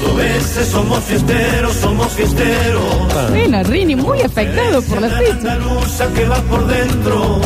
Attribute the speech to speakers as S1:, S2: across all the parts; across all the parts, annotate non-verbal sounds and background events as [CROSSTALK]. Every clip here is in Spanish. S1: noche somos fiesteros, somos fiesteros.
S2: Bueno, Rini muy afectado por la
S1: Esencia
S2: fecha.
S1: andaluza que va por dentro.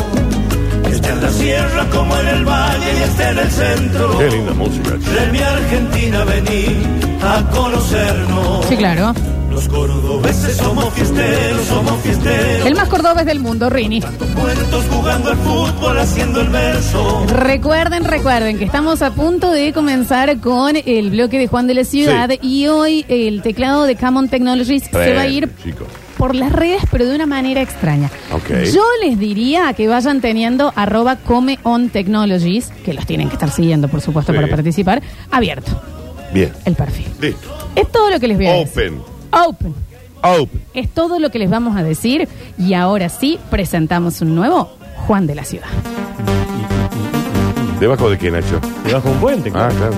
S1: Está en la sierra como en el valle y está en el centro.
S3: Qué linda música. che.
S1: De mi Argentina vení a conocernos.
S2: Sí, claro.
S1: Los cordobeses somos fiesteros, somos fiesteros.
S2: El más cordobés del mundo, Rini.
S1: Muertos jugando al fútbol, haciendo el verso.
S2: Recuerden, recuerden que estamos a punto de comenzar con el bloque de Juan de la Ciudad
S3: Sí.
S2: y hoy el teclado de Camon Technologies se va a ir
S3: Tremendo, chico.
S2: por las redes, pero de una manera extraña.
S3: Ok.
S2: Yo les diría que vayan teniendo arroba come on technologies, que los tienen que estar siguiendo, por supuesto,
S3: Sí.
S2: para participar, abierto
S3: Bien.
S2: el perfil.
S3: Listo.
S2: Es todo lo que les voy a decir.
S3: Open.
S2: Open.
S3: Open.
S2: Es todo lo que les vamos a decir y ahora sí presentamos un nuevo Juan de la Ciudad.
S3: ¿Debajo de qué, Nacho?
S4: Debajo de un puente.
S3: Ah,
S4: claro.
S3: claro.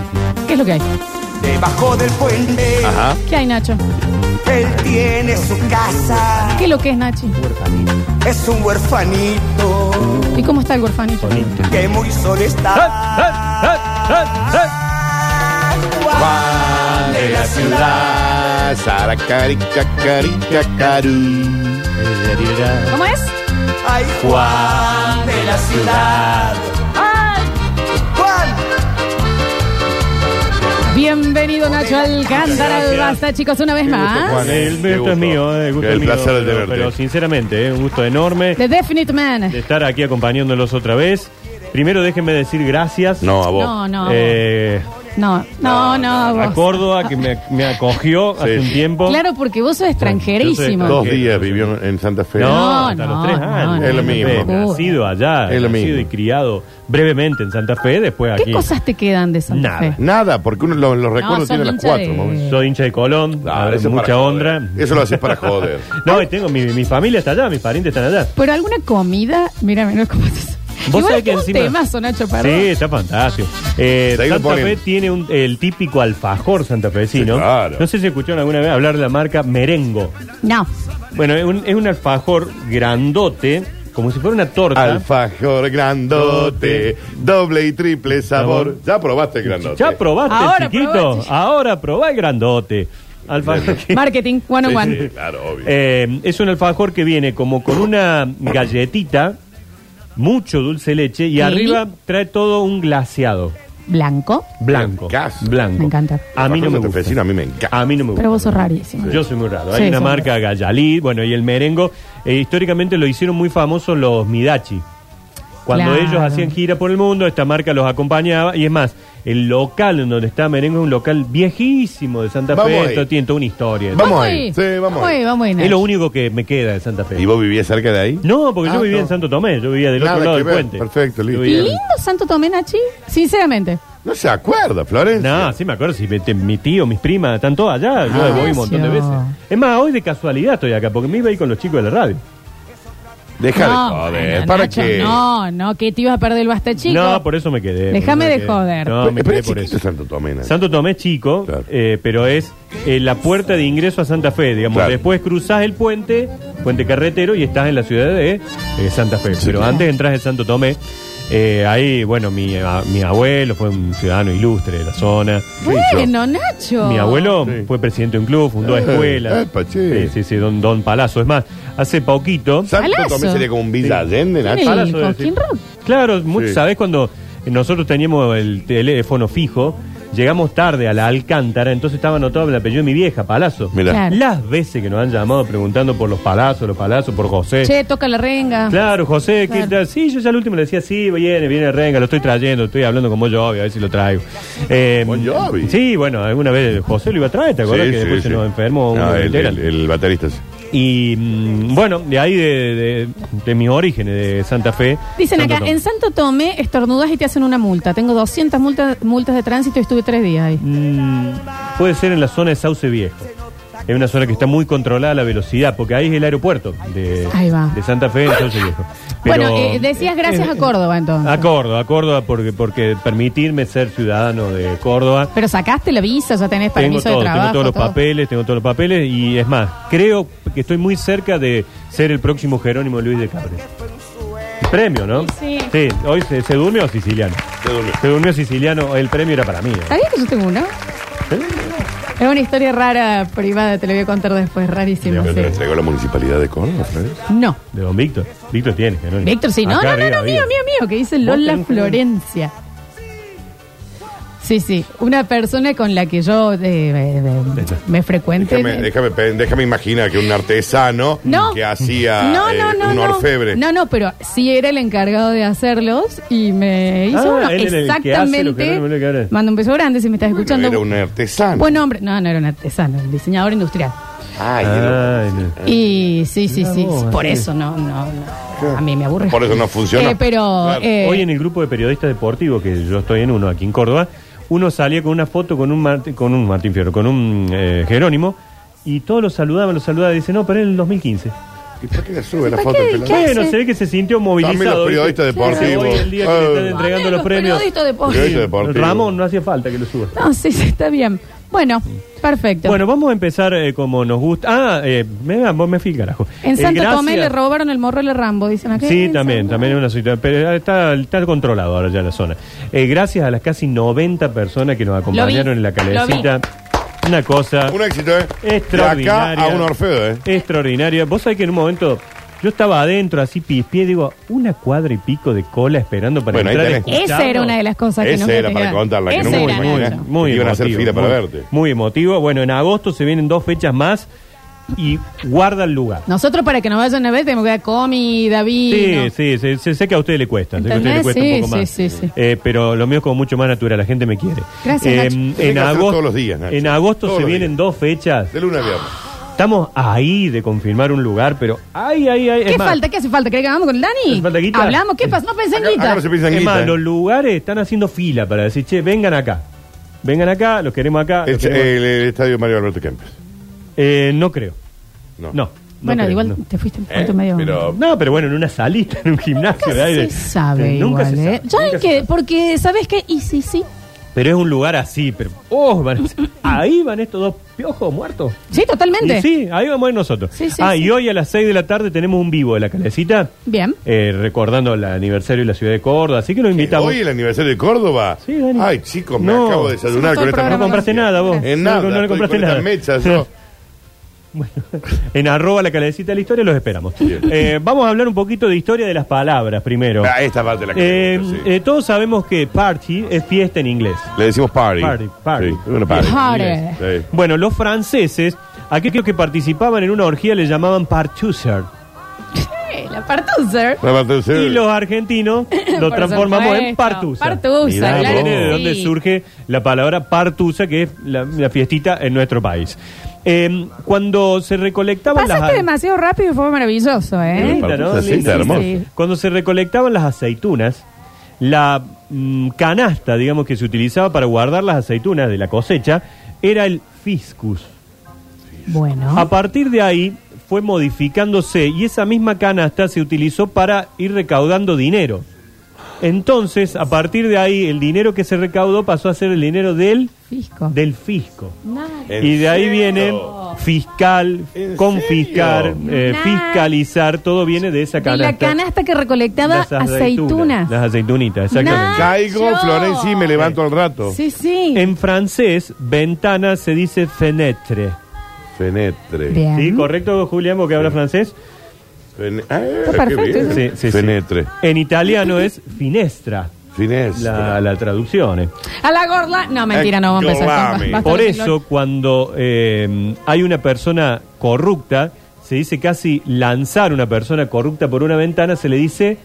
S2: ¿Qué es lo que hay?
S5: Debajo del puente,
S3: Ajá.
S2: ¿Qué hay, Nacho?
S5: él tiene su casa.
S2: ¿Qué es lo que es, Nachi?
S5: Es un huerfanito
S2: ¿Y cómo está el huerfanito?
S5: que muy solo está.
S3: Juan de la ciudad, Saracaricacaru.
S2: ¿Cómo es?
S5: Ay, Juan de la ciudad. Juan,
S2: Bienvenido, Nacho Alcántara.
S4: Gracias.
S2: Basta, chicos, una vez
S3: Qué gusto,
S2: más.
S3: Juan. Qué
S4: El gusto
S3: gusto.
S4: es mío, eh, el gusto
S3: El
S4: es mío,
S3: placer de
S4: pero-
S3: tenerte.
S4: Pero sinceramente, eh, un gusto enorme
S2: The Definite Man.
S4: de estar aquí acompañándolos otra vez. Primero déjenme decir gracias.
S3: No, a vos.
S2: No, no.
S4: eh,
S2: No, no, no.
S4: a
S2: vos.
S4: Córdoba, que me, me acogió hace
S3: Sí.
S4: un tiempo.
S2: Claro, porque vos sos extranjerísimo.
S3: Dos
S4: ¿Qué?
S3: días vivió en Santa Fe.
S4: No,
S2: No,
S4: hasta
S2: no,
S4: los tres
S2: no,
S4: años.
S2: no,
S3: Es lo no, mismo. no,
S2: no.
S4: Nacido allá,
S3: Es lo
S4: nacido
S3: mismo.
S4: y criado brevemente en Santa Fe, después
S2: ¿Qué
S4: aquí.
S2: cosas te quedan de Santa
S4: Nada.
S2: Fe?
S3: Nada, porque uno lo- los recuerdos
S2: son
S3: tiene a las
S2: hincha
S3: cuatro.
S2: de-
S3: Mauricio.
S4: Soy hincha de Colón,
S3: Claro, Ah, eso es para
S4: Ah, mucha
S3: joder.
S4: honra.
S3: Eso lo haces para
S4: [LAUGHS]
S3: joder.
S4: No, y tengo mi, mi familia está allá, mis parientes están allá.
S2: Pero alguna comida, mira, mira cómo es.
S4: Vos
S2: Igual
S4: sabés que
S2: es un
S4: encima-
S2: temazo, Nacho, perdón.
S4: Sí, está fantástico. Eh,
S3: Ahí lo
S4: Santa
S3: ponen.
S4: Fe tiene un- el típico alfajor santafesino.
S3: Sí, claro.
S4: No sé si escucharon alguna vez hablar de la marca Merengo.
S2: No.
S4: Bueno, es un, es un alfajor grandote, como si fuera una torta.
S3: Alfajor grandote, doble y triple sabor. Ya probaste el grandote.
S4: ¿Ya probaste,
S2: Ahora
S4: chiquito?
S2: probá, chiquito.
S4: Ahora probá el grandote. Alfajor que-
S2: Marketing, one on
S3: Sí,
S2: one.
S3: sí, claro, obvio.
S4: Eh, es un alfajor que viene como con una galletita, mucho dulce de leche, y
S2: Sí.
S4: arriba trae todo un glaseado.
S2: Blanco.
S4: Blanco.
S3: Caso.
S4: Blanco.
S2: Me encanta.
S4: A mí no me
S3: Alfajor santafesino
S4: gusta.
S3: a mí me encanta.
S4: A mí no me gusta.
S2: Pero vos sos rarísimo.
S4: Yo soy muy raro.
S2: Sí,
S4: Hay una
S2: sí.
S4: marca Gallalí, bueno, y el merengo. eh, históricamente lo hicieron muy famosos los Midachi. Cuando
S2: Claro.
S4: ellos hacían gira por el mundo, esta marca los acompañaba. Y es más, el local en donde está Merengo es un local viejísimo de Santa
S3: Vamos
S4: Fe.
S3: ahí.
S4: Esto tiene toda una historia.
S3: Vamos ahí. Sí, vamos
S2: Vamos
S3: ahí.
S2: ahí, vamos ahí,
S4: Es
S2: Nacho.
S4: lo único que me queda de Santa Fe.
S3: ¿Y vos vivías cerca de ahí?
S4: No, porque
S3: Ah,
S4: yo vivía
S3: no.
S4: en Santo Tomé, yo vivía del
S3: Nada
S4: otro lado
S3: que ver.
S4: del puente.
S3: Perfecto, listo.
S4: Yo
S2: ¿Y
S4: vivía-
S2: lindo Santo Tomé, Nachi? Sinceramente.
S3: No se acuerda, Florencia.
S4: No, sí me acuerdo, si mi, te- mi tío, mis primas, están todas allá, yo
S2: Ah,
S4: voy un montón de veces.
S2: Ignacio.
S4: Es más, hoy de casualidad estoy acá, porque me iba a ir con los chicos de la radio.
S3: Deja
S2: no,
S3: de joder.
S2: bueno,
S3: ¿Para
S2: Nacho,
S3: qué?
S2: No, no, que te ibas a perder el basta, chico.
S4: No, por eso me quedé.
S2: Déjame
S4: por
S2: de
S4: eso me quedé.
S2: joder.
S4: No,
S3: Pero-
S4: me
S3: pero
S4: quedé
S3: es
S4: por
S3: chiquito
S4: eso.
S3: Santo Tomé. ¿no?
S4: Santo Tomé es chico,
S3: Claro.
S4: eh, pero es eh, la puerta de ingreso a Santa Fe, digamos.
S3: Claro.
S4: Después cruzás el puente, puente carretero, y estás en la ciudad de eh, Santa Fe. pero antes entras en Santo Tomé. eh, ahí, bueno, mi, a- mi abuelo fue un ciudadano ilustre de la zona.
S2: Bueno, Nacho.
S4: Mi abuelo
S3: Sí.
S4: fue presidente de un club, fundó
S3: Eh,
S4: escuelas.
S3: epa, che.
S4: sí, sí, sí, don, don Palazzo. Es más, hace poquito.
S3: Santo
S2: Palazo.
S3: Tomé sería como un Villa Allende,
S2: ¿Tiene
S3: Nacho.
S2: el
S4: Palazzo,
S2: Coquín
S4: decir.
S2: Rock?
S4: Claro, mu-
S3: Sí.
S4: ¿sabés cuando nosotros teníamos el teléfono fijo? Llegamos tarde a la Alcántara, entonces estaba anotado el apellido de mi vieja, Palazzo.
S3: Mirá.
S2: Claro.
S4: Las veces que nos han llamado preguntando por los palazos, los palazos, por José.
S2: Che, toca la renga.
S4: eh. Claro, José, ¿qué
S2: Claro.
S4: tal? Sí, yo ya al último le decía, sí, viene, viene Renga, lo estoy trayendo, estoy hablando con Bon Jovi, a ver si lo traigo. Eh,
S3: Bon Jovi.
S4: Sí, bueno, alguna vez José lo iba a traer, ¿te acuerdas?
S3: Sí,
S4: que
S3: sí,
S4: después se
S3: sí. Ah,
S4: nos enfermó uno
S3: No,
S4: de los
S3: el, el,
S4: integrantes.
S3: el baterista. sí.
S4: Y mm, bueno, de ahí de, de- de mis orígenes de Santa Fe.
S2: Dicen
S4: Santo
S2: acá,
S4: Tomé.
S2: en Santo Tomé estornudas y te hacen una multa. Tengo 200 multas, multas de tránsito y estuve tres días ahí.
S4: Mm, puede ser en la zona de Sauce Viejo. Es una zona que está muy controlada la velocidad, porque ahí es el aeropuerto de,
S2: Ahí va.
S4: de Santa Fe en
S2: [LAUGHS]
S4: Sauce Viejo.
S2: bueno, eh, decías gracias a Córdoba entonces.
S4: A Córdoba, a Córdoba, porque, porque permitirme ser ciudadano de Córdoba.
S2: Pero sacaste la visa, ya tenés
S4: Tengo
S2: permiso
S4: todo,
S2: de trabajo.
S4: tengo todos los
S2: todo.
S4: papeles, tengo todos los papeles y es más, creo que estoy muy cerca de ser el próximo Jerónimo Luis de Cabres. Premio, ¿no?
S2: Sí.
S4: hoy se, se durmió siciliano.
S3: Se durmió.
S4: Se durmió siciliano, el premio era para mí. ¿eh?
S2: ¿Sabías que yo tengo uno? Es una historia rara, privada, te la voy a contar después, rarísima.
S3: ¿Pero te lo
S2: sí.
S3: entregó la municipalidad de Córdoba, Freddy?
S2: No.
S4: De don Víctor. Víctor tiene, Jerónimo.
S2: Víctor, sí, no,
S4: Acá
S2: no, no,
S4: arriba
S2: no,
S4: había.
S2: mío, mío, mío, que dice
S4: Vos
S2: Lola
S4: tenés que-
S2: Florencia. Sí, sí, una persona con la que yo eh, eh, eh, me frecuente.
S3: Déjame, déjame, pe- déjame imaginar que un artesano
S2: No.
S3: que hacía eh, un orfebre.
S2: No, no, pero sí era el encargado de hacerlos y me hizo
S4: Ah,
S2: uno
S4: él era el que hace lo que no, no lo que
S2: exactamente.
S4: ahora.
S2: Manda un beso grande si me estás
S3: No
S2: escuchando.
S3: era un artesano.
S2: Buen hombre, no, no era un artesano, un diseñador industrial.
S3: Ay,
S6: Ah.
S4: Ay, no.
S2: Y sí, sí,
S4: Mirá
S2: sí,
S4: Ah, vos,
S2: por
S4: sí.
S2: eso no, no, no, a mí me aburre.
S3: Por eso no funcionó.
S2: Eh, pero
S3: Claro.
S2: eh,
S4: Hoy en el grupo de periodistas deportivos, que yo estoy en uno aquí en Córdoba, uno salía con una foto con un Martín, con un Martín Fierro, con un eh, Jerónimo, y todos lo saludaban, lo saludaban, y dicen, no, pero era en el 2015.
S3: ¿Y por qué le sube la
S2: ¿Para
S3: foto?
S2: qué?
S3: pelado?
S2: ¿Qué hace?
S4: Bueno, se ve que se sintió movilizado.
S3: También los
S4: ¿viste?
S3: periodistas deportivos.
S4: Hoy el día que le
S3: Eh.
S4: están entregando
S2: Ponele
S4: los
S2: los
S4: premios.
S2: periodistas deportivos.
S3: Periodistas deportivos.
S4: Ramón, no hacía falta que lo suba.
S2: No, sí, sí, está bien. Bueno, perfecto.
S4: Bueno, vamos a empezar eh, como nos gusta. Ah, eh, me, vos me fui, carajo. Eh,
S2: en Santo Tomé
S4: gracias-
S2: le robaron el morro a la Rambo, dicen acá.
S4: Sí,
S2: En
S4: también,
S2: Santo-
S4: también es una situación. Pero está, está controlado ahora ya la zona. Eh, gracias a las casi 90 personas que nos acompañaron en la calecita. Una cosa
S3: Un éxito, ¿eh?
S4: extraordinaria.
S3: De acá a un Orfeo, ¿eh?
S4: Extraordinaria. Vos sabés que en un momento yo estaba adentro, así pispié, digo, una cuadra y pico de cola esperando para
S3: Bueno, ahí
S4: entrar. a
S3: tenés.
S2: Esa era una de las cosas que
S3: Esa
S2: no me
S3: era para
S2: pegaron.
S3: contarla, que
S2: Esa
S3: no me
S2: era,
S3: imaginé.
S2: Nacho.
S4: Muy
S3: Que iban a hacer
S4: emotivo,
S3: fila para
S4: muy-
S3: verte.
S4: Muy emotivo. Bueno, en agosto se vienen dos fechas más y guarda el lugar.
S2: Nosotros para que nos vayan a ver tenemos que dar comida, vino.
S4: Sí, sí, sí, sí, sé que a ustedes le cuesta, sé que a ustedes le
S2: ¿Entendés?
S4: cuesta un
S2: Sí,
S4: poco más.
S2: sí, sí, sí.
S4: Eh, pero lo mío es como mucho más natural, la gente me quiere. Eh,
S2: Gracias, Nacho.
S3: que hacer
S4: en, agosto,
S3: todos los días, Nacho.
S4: en agosto
S3: Todos
S4: se
S3: los
S4: vienen
S3: días.
S4: dos fechas.
S3: De luna a viernes.
S4: Estamos ahí de confirmar un lugar, pero ay, ay, ay.
S2: ¿Qué
S4: es más,
S2: falta? ¿Qué hace falta? ¿Crees que hagamos con el Dani?
S4: ¿Hace falta guita?
S2: ¿Hablamos? ¿Qué pasa? No pensé en
S3: Acá- acá
S2: guita.
S3: no se piensa en
S4: Es
S3: guita,
S4: más,
S3: ¿eh?
S4: los lugares están haciendo fila para decir, che, vengan acá. Vengan acá, los queremos acá. los
S3: Es,
S4: queremos-
S3: eh, el, el estadio Mario Alberto Kempes.
S4: Eh, no creo.
S3: No.
S4: No. no
S2: bueno,
S4: creo,
S2: igual
S4: no.
S2: te fuiste un
S3: Eh,
S2: poquito medio...
S3: pero
S4: No, pero bueno, en una salita, en un gimnasio
S2: Nunca
S4: de aire.
S2: se sabe
S4: Eh, nunca
S2: igual,
S4: se
S2: ¿eh?
S4: sabe,
S2: Ya
S4: nunca
S2: hay
S4: se
S2: que,
S4: sabe.
S2: porque, ¿sabes qué? Y sí, sí.
S4: Pero es un lugar así, pero. ¡Oh! van a- ahí van estos dos piojos muertos.
S2: Sí, totalmente.
S4: Y sí, ahí vamos a ir nosotros.
S2: Sí, sí,
S4: ah,
S2: sí.
S4: y hoy a las 6 de la tarde tenemos un vivo de la calecita.
S2: Bien.
S4: eh, recordando el aniversario de la ciudad de Córdoba, así que lo invitamos.
S3: Eh, Hoy el aniversario de Córdoba.
S4: Sí, Dani.
S3: Ay, chicos, me
S4: No.
S3: acabo de desayunar
S2: Se me
S3: con
S2: fue
S3: esta
S2: el
S4: no
S2: programa.
S4: compraste nada vos.
S3: En
S4: No,
S3: nada.
S4: No, le
S3: estoy
S4: compraste
S3: con
S4: nada.
S3: estas mechas, yo.
S4: [LAUGHS] Bueno, en arroba la calecita de la historia los esperamos.
S3: Bien.
S4: Eh, vamos a hablar un poquito de historia de las palabras primero.
S3: Ah, esta parte la que
S4: Eh,
S3: me gusta, sí.
S4: eh, todos sabemos que party es fiesta en inglés.
S3: Le decimos party.
S4: Party, party.
S3: Sí, una party.
S2: Party.
S3: Sí.
S4: Bueno, los franceses, aquellos que participaban en una orgía les llamaban partuser.
S2: Eh, La partuser.
S3: Una parte de-
S4: Y
S3: [LAUGHS]
S4: los argentinos lo
S2: Por
S4: transformamos en
S2: supuesto.
S4: partusa.
S2: Partusa,
S4: Mirá
S3: claro
S4: vos.
S3: que
S4: de
S2: sí.
S4: donde surge la palabra partusa, que es la, la fiestita en nuestro país. Eh, cuando se recolectaban
S2: Pasaste
S4: las...
S2: demasiado rápido y fue maravilloso, ¿eh?
S3: Sí,
S4: Linda, ¿no?
S3: Partusa, sí,
S4: Linda.
S3: está hermoso.
S4: Cuando se recolectaban las aceitunas, la mm, canasta, digamos, que se utilizaba para guardar las aceitunas de la cosecha, era el fiscus.
S2: Bueno.
S4: A partir de ahí fue modificándose y esa misma canasta se utilizó para ir recaudando dinero. Entonces, a partir de ahí, el dinero que se recaudó pasó a ser el dinero del,
S2: Fisco.
S4: del fisco.
S2: Nada.
S3: ¿En
S4: Y de ahí
S3: serio?
S4: vienen fiscal,
S3: ¿En
S4: confiscar,
S3: serio?
S4: eh,
S2: Nah.
S4: fiscalizar, todo viene de esa
S2: De
S4: canasta.
S2: la canasta que recolectaba
S4: Las
S2: aceitunas.
S4: Las aceitunitas, exactamente.
S3: Caigo,
S2: Yo.
S3: Florencia, y me levanto al rato.
S2: Sí, sí.
S4: En francés, ventana se dice fenetre.
S3: Fenetre.
S2: Bien.
S4: ¿Sí? ¿Correcto, Julián, vos que habla francés?
S3: Fene- Ah, qué
S2: perfecto.
S3: bien.
S4: Sí, sí, sí.
S3: Fenetre.
S4: En italiano es finestra,
S3: Finestra.
S4: la, la traducción. eh.
S2: A la gorla. No, mentira, no vamos a empezar.
S3: Exclamame.
S2: con- basta
S4: Por
S2: de
S4: eso, cuando eh, hay una persona corrupta, se dice casi lanzar una persona corrupta por una ventana, se le dice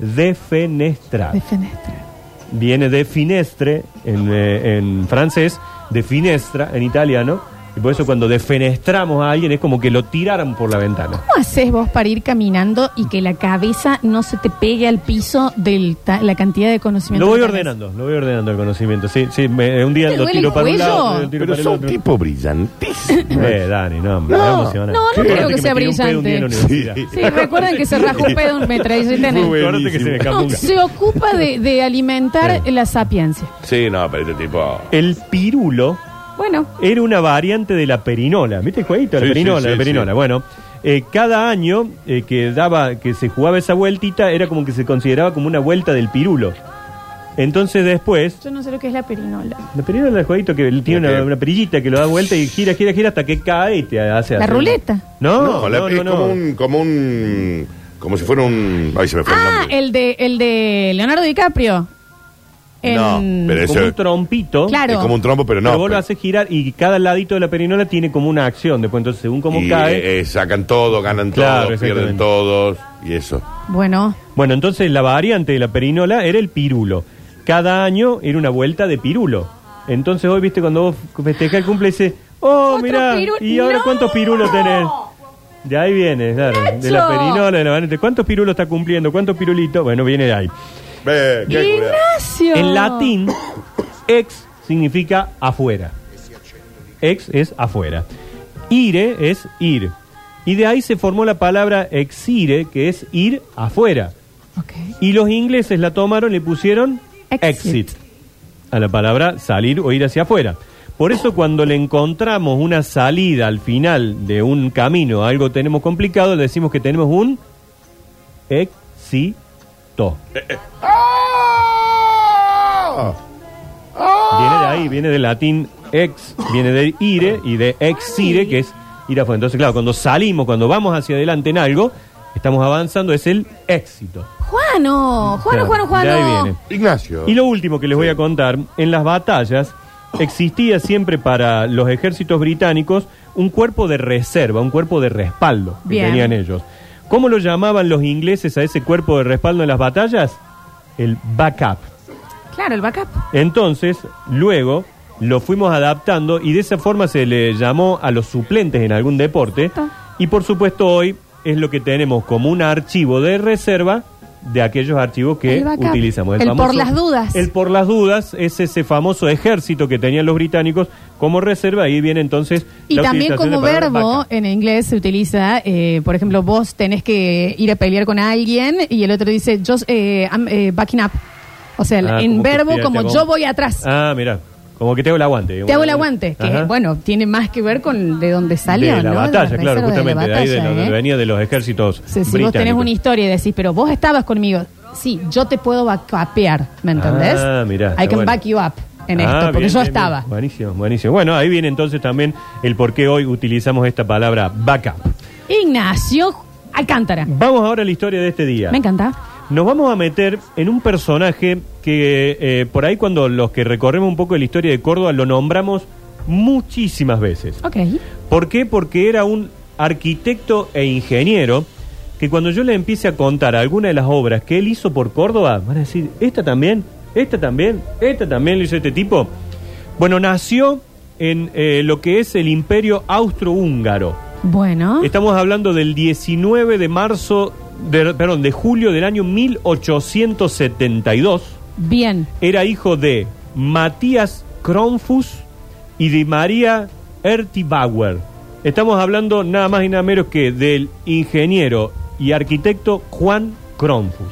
S4: defenestrar.
S2: De fenestra.
S4: Viene de finestre en, eh, en francés, de finestra en italiano. Y por eso cuando defenestramos a alguien es como que lo tiraran por la ventana.
S2: ¿Cómo haces vos para ir caminando y que la cabeza no se te pegue al piso de la cantidad de conocimiento?
S4: Lo voy
S2: que tenés?
S4: ordenando, lo voy ordenando el conocimiento. Sí, sí, me- un día
S2: ¿Te
S4: lo
S2: duele el
S4: tiro para un lado,
S2: cuello?
S4: lo tiro
S3: Pero
S4: para el
S3: son
S4: otro.
S3: tipo
S4: [LAUGHS]
S3: brillantísimo.
S4: Eh, Dani, no, hombre,
S2: No,
S4: es emocionante.
S2: no, no
S4: Acuérdate
S2: creo que
S4: me
S2: sea
S4: tiré un pedo un día en la
S3: brillante.
S4: universidad.
S3: Sí.
S2: Sí, recuerden que se raja un pedo un metro y
S3: Muy
S4: Acuérdate que se me
S2: No,
S4: escapó.
S2: se ocupa de, de alimentar la sapiencia.
S3: Sí, no, pero este tipo.
S4: El pirulo
S2: Bueno,
S4: era una variante de la perinola. ¿Viste el jueguito? La
S3: Sí,
S4: perinola,
S3: sí, sí,
S4: la perinola.
S3: sí.
S4: Bueno, eh, cada año eh, que daba, que se jugaba esa vueltita, era como que se consideraba como una vuelta del pirulo. Entonces después,
S2: Yo no sé lo que es la perinola.
S4: la perinola del jueguito que tiene una, una perillita que lo da vuelta y gira, gira, gira hasta que cae y te hace
S2: La
S4: hacer-
S2: ruleta.
S4: No, no,
S3: la-
S4: no,
S3: es
S4: no.
S3: como un, como un, como si fuera un, ay se me fue el
S2: Ah,
S3: nombre.
S2: el de, el de Leonardo DiCaprio. En-
S3: No, pero
S4: Como
S3: ese-
S4: un trompito.
S2: Claro.
S3: es como un trompo, pero no.
S4: pero vos lo
S3: pero-
S4: haces girar y cada ladito de la perinola tiene como una acción. Después, entonces, según cómo
S3: y,
S4: cae.
S3: eh, sacan todo, ganan
S4: Claro,
S3: todos, pierden
S4: exactamente.
S3: todos y eso.
S2: Bueno,
S4: Bueno, entonces la variante de la perinola era el pirulo. Cada año era una vuelta de pirulo. Entonces, hoy, viste, cuando vos festejás el cumple, dices, oh,
S2: Otro
S4: mirá,
S2: pirulo.
S4: y ahora
S2: ¡No!
S4: cuántos pirulos tenés. De ahí viene, claro, de la
S2: ¡Nacho!
S4: perinola, de la variante. ¿Cuántos pirulos está cumpliendo? ¿Cuántos pirulitos? Bueno, viene de ahí.
S3: Ve, qué curioso.
S2: Ignacio.
S4: En latín, ex significa afuera. Ex es afuera. Ire es ir. Y de ahí se formó la palabra exire, que es ir afuera.
S2: Ok.
S4: Y los ingleses la tomaron, le pusieron
S2: Exit.
S4: exit a la palabra salir o ir hacia afuera. Por eso cuando le encontramos una salida al final de un camino, algo tenemos complicado, le decimos que tenemos un éxito. ¡Ah! Viene de ahí, viene del latín ex, viene de ire y de exire, que es ir afuera. Entonces, claro, cuando salimos, cuando vamos hacia adelante en algo, estamos avanzando, es el éxito.
S2: Juano, Juano,
S4: Claro,
S2: Juano,
S4: de
S2: Juano.
S4: ahí viene.
S3: Ignacio.
S4: Y lo último que les voy a contar, en las batallas existía siempre para los ejércitos británicos un cuerpo de reserva, un cuerpo de respaldo que
S2: Bien.
S4: tenían ellos. ¿Cómo lo llamaban los ingleses a ese cuerpo de respaldo en las batallas? El backup.
S2: Claro, el backup.
S4: Entonces, luego lo fuimos adaptando y de esa forma se le llamó a los suplentes en algún deporte. Y por supuesto hoy es lo que tenemos como un archivo de reserva de aquellos archivos que
S2: El backup.
S4: utilizamos.
S2: El por las dudas.
S4: El por las dudas es ese famoso ejército que tenían los británicos como reserva. Ahí viene entonces
S2: Y
S4: la
S2: también
S4: utilización de
S2: como
S4: la palabra
S2: verbo
S4: backup.
S2: en inglés se utiliza, eh, por ejemplo, vos tenés que ir a pelear con alguien y el otro dice, yo, eh, I'm, eh, backing up. O sea,
S4: Ah,
S2: en
S4: como que
S2: verbo
S4: te-
S2: como
S4: te hago-
S2: yo voy atrás.
S4: Ah, mira, como que te hago el aguante.
S2: Te
S4: digamos.
S2: hago el aguante, que
S4: Ajá.
S2: bueno, tiene más que ver con de dónde salió,
S4: de la
S2: ¿no?
S4: batalla,
S2: la reserva de
S4: claro,
S2: la
S4: justamente, de, ahí de
S2: batalla,
S4: donde
S2: ¿eh?
S4: venía de los ejércitos
S2: O sea, si vos
S4: británicos.
S2: tenés una historia y decís, pero vos estabas conmigo, sí, yo te puedo vapear, ¿me entendés?
S4: Ah, mirá,
S2: I
S4: está
S2: can
S4: bueno.
S2: back you up en
S4: Ah,
S2: esto, porque
S4: bien,
S2: yo
S4: bien,
S2: estaba.
S4: bien. Buenísimo, buenísimo. Bueno, ahí viene entonces también el por qué hoy utilizamos esta palabra backup.
S2: Ignacio Alcántara.
S4: Vamos ahora a la historia de este día.
S2: Me encanta.
S4: Nos vamos a meter en un personaje que eh, por ahí cuando los que recorremos un poco de la historia de Córdoba lo nombramos muchísimas veces.
S2: Ok.
S4: ¿Por qué? Porque era un arquitecto e ingeniero que cuando yo le empiece a contar alguna de las obras que él hizo por Córdoba, van a decir, esta también, esta también, esta también lo hizo este tipo. Bueno, nació en eh, lo que es el imperio austrohúngaro.
S2: Bueno.
S4: Estamos hablando del 19 de marzo, de- perdón, de julio del año 1872.
S2: Bien.
S4: Era hijo de Matías Kronfus y de María Ertibauer. Estamos hablando nada más y nada menos que del ingeniero y arquitecto Juan Kronfus.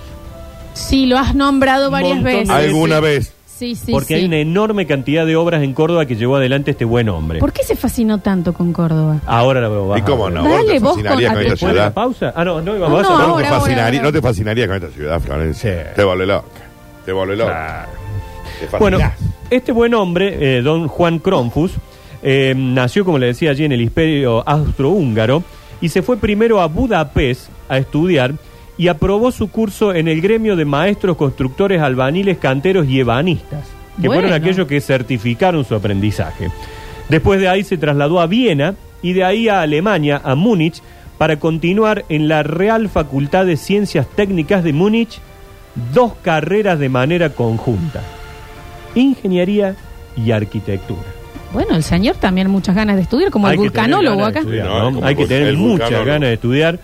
S2: Sí, lo has nombrado varias
S4: Montón de
S2: veces.
S4: veces.
S3: ¿Alguna vez?
S2: Sí, sí,
S4: porque
S2: sí.
S4: hay una enorme cantidad de obras en Córdoba que llevó adelante este buen hombre.
S2: ¿Por qué se fascinó tanto con Córdoba?
S4: Ahora la veo.
S3: ¿Y cómo no?
S2: Dale,
S3: te
S2: vos
S3: fascinarías
S2: con-
S3: con esta
S4: ¿Después de la
S3: ciudad?
S4: pausa? Ah, no, no, íbamos
S2: No,
S4: a
S3: ¿No,
S4: hacer-
S2: ahora,
S3: te
S2: ahora,
S3: fascinaría,
S2: ahora.
S3: no te fascinarías con esta ciudad, Florencia.
S4: Sí.
S3: Te vuelve loca. Te vuelve loca. Te fascinás.
S4: Bueno, este buen hombre, eh, don Juan Cronfus, eh, nació, como le decía allí, en el Imperio Austrohúngaro y se fue primero a Budapest a estudiar y aprobó su curso en el gremio de maestros, constructores, albañiles, canteros y ebanistas, que
S2: Bueno.
S4: fueron aquellos que certificaron su aprendizaje. Después de ahí se trasladó a Viena y de ahí a Alemania, a Múnich, para continuar en la Real Facultad de Ciencias Técnicas de Múnich dos carreras de manera conjunta ingeniería y arquitectura.
S2: Bueno, el señor también muchas ganas de estudiar, como el
S4: Hay que tener
S2: vulcanólogo
S4: ganas de
S2: acá.
S4: estudiar,
S3: Sí, no,
S4: ¿no?
S3: es como
S4: Hay que
S3: el
S4: tener muchas
S3: vulcanólogo.
S4: ganas de estudiar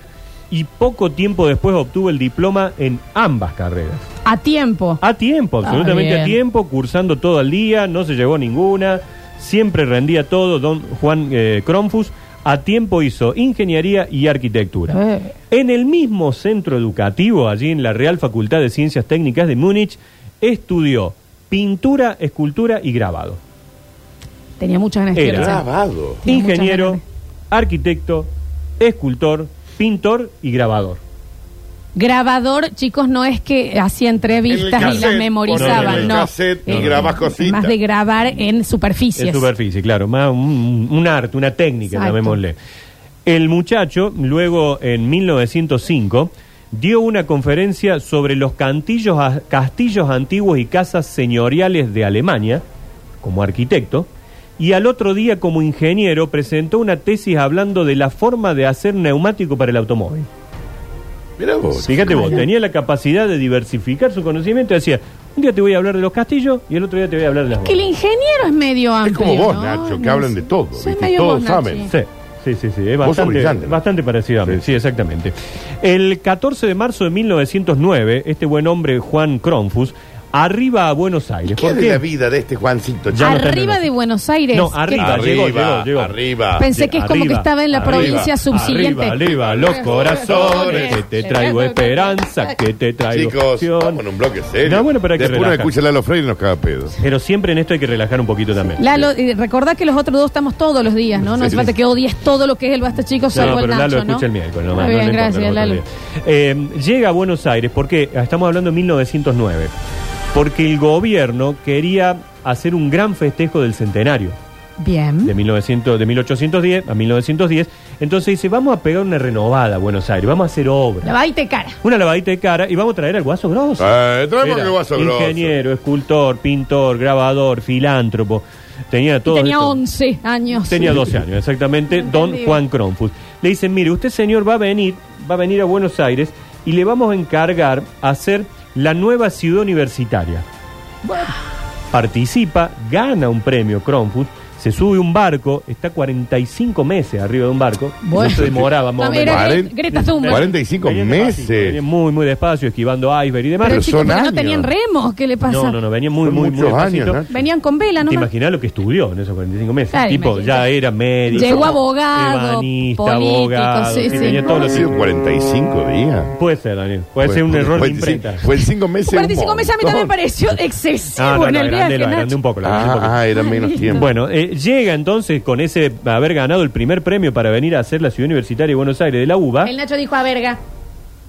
S4: y poco tiempo después obtuvo el diploma en ambas carreras.
S2: A tiempo.
S4: A tiempo,
S2: Ah,
S4: absolutamente a
S2: bien.
S4: tiempo, cursando todo el día, no se llevó ninguna, siempre rendía todo, don Juan eh, Cronfus. A tiempo hizo ingeniería y arquitectura.
S2: Eh.
S4: En el mismo centro educativo, allí en la Real Facultad de Ciencias Técnicas de Múnich, estudió pintura, escultura y grabado.
S2: Tenía muchas ganas de
S4: Era.
S2: estudiar. el señor.
S3: Grabado.
S2: Tiene muchas
S4: ingeniero,
S2: ganas.
S4: arquitecto, escultor, pintor y grabador.
S2: Grabador, chicos, no es que hacía entrevistas
S3: En el
S2: y las
S3: cassette,
S4: poner en
S2: memorizaban,
S4: el
S2: no.
S3: cassette y
S2: Eh,
S3: grabás
S2: es
S3: cositas.
S2: Más de grabar en
S4: En
S2: superficies.
S4: superficie, claro. Más un, un arte, una técnica,
S2: Exacto.
S4: llamémosle. El muchacho, luego en 1905, dio una conferencia sobre los cantillos, a- castillos antiguos y casas señoriales de Alemania, como arquitecto, y al otro día, como ingeniero, presentó una tesis hablando de la forma de hacer neumático para el automóvil.
S3: Mira vos.
S4: Fíjate vos, tenía la capacidad de diversificar su conocimiento y decía, un día te voy a hablar de los castillos y el otro día te voy a hablar de las
S2: Que el
S4: bodas".
S2: ingeniero es medio
S3: Es
S2: amplio.
S3: como vos,
S2: ¿no?
S3: Nacho, que
S2: No
S3: hablan
S2: sé.
S3: de todo.
S2: Soy
S3: ¿viste?
S2: medio
S3: Todos
S2: vos,
S3: saben.
S2: Nachi.
S4: Sí, sí, sí, sí, es
S3: Vos sos
S4: bastante,
S3: brillante, ¿no?
S4: bastante parecido a mí, sí. exactamente. El 14 de marzo de 1909, este buen hombre, Juan Cronfus, arriba a Buenos Aires.
S3: ¿Qué es de la vida de este Juancito?
S4: Ya no
S3: chico?
S4: está en
S2: arriba
S4: Buenos-
S2: de Buenos Aires.
S4: No,
S2: ¿qué
S4: arriba,
S3: Arriba,
S4: llegó, llegó, llegó.
S3: arriba.
S2: Pensé que es como que
S4: Arriba,
S2: estaba en la
S4: arriba,
S2: provincia subsiguiente.
S4: Arriba,
S2: [LAUGHS]
S4: arriba, los corazones, que te traigo esperanza, que te traigo
S3: Chicos,
S4: opción.
S3: estamos en un bloque serio.
S4: No, bueno, pero hay que
S3: Después uno
S4: relajar.
S3: escucha a Lalo Freire y nos caga pedo.
S4: Pero siempre en esto hay que relajar un poquito también.
S2: Lalo, eh, recordá que los otros dos estamos todos los días, ¿no? No hace
S3: Sí.
S2: falta que odies todo lo que es el Basta Chicos, salvo
S4: no,
S2: el
S4: pero Lalo
S2: Nacho, ¿no?
S4: escucha el miércoles nomás,
S2: Muy bien,
S4: no le importa
S2: gracias,
S4: el
S2: Lalo.
S4: otro día. Eh, llega a Buenos Aires, porque estamos hablando de 1909, porque el gobierno quería hacer un gran festejo del centenario
S2: Bien.
S4: de, 1900, de 1810 a 1910. Entonces dice, vamos a pegar una renovada a Buenos Aires, vamos a hacer obra.
S2: Lavadite cara.
S4: una lavadita de cara y vamos a traer al guaso grosso.
S3: Eh, traemos
S4: Era
S3: que guaso grosso.
S4: ingeniero, escultor, pintor, grabador, filántropo. Tenía
S2: Y
S4: todo.
S2: tenía 11 años.
S4: Tenía
S2: [LAUGHS]
S4: 12 años, exactamente, don
S2: Entendí.
S4: Juan Cronfus. Le dicen, mire, usted señor va a venir, va a venir a Buenos Aires y le vamos a encargar a hacer la nueva ciudad universitaria. Participa, gana un premio Cronfus, se sube un barco, está 45 meses arriba de un barco,
S2: Bueno.
S4: no se demoraba más o
S2: También
S4: menos.
S2: era
S3: Cuaren-
S2: Gre- Greta Thunberg.
S3: 45
S4: Venía
S3: meses.
S4: despacito, venía muy, muy despacio, esquivando iceberg y demás.
S2: Pero
S3: Pero
S2: chicos,
S3: son
S2: porque no
S3: años.
S2: tenían remos, ¿qué le pasa?
S4: no, no, no, venía muy,
S3: Son
S4: muy, muy
S3: muchos años,
S4: despacito.
S3: Nacho.
S2: Venían con vela, ¿no?
S4: ¿Te imaginas lo que estudió en esos 45 meses?
S2: Claro,
S4: tipo,
S2: imagínate.
S4: ya era médico.
S2: Llegó abogado,
S4: ebanista,
S2: político,
S4: abogado,
S2: sí,
S4: que
S2: sí.
S4: tenía todos
S3: ¿No ha
S4: los
S3: sido 45 días? Pues,
S4: Puede ser, Daniel. Puede ser un error de imprenta.
S3: Fue en 5 Pues meses. un
S2: 45 meses a mí también me
S3: montón.
S2: pareció excesivo
S4: Ah,
S2: en el viaje,
S4: agrandelo, agrandé
S2: Nacho.
S4: un poco. lo agrandé un poco.
S3: Ah, ah, era menos tiempo.
S4: Bueno, eh, llega entonces con ese haber ganado el primer premio para venir a hacer la ciudad universitaria de Buenos Aires de la UBA.
S2: El Nacho dijo a verga.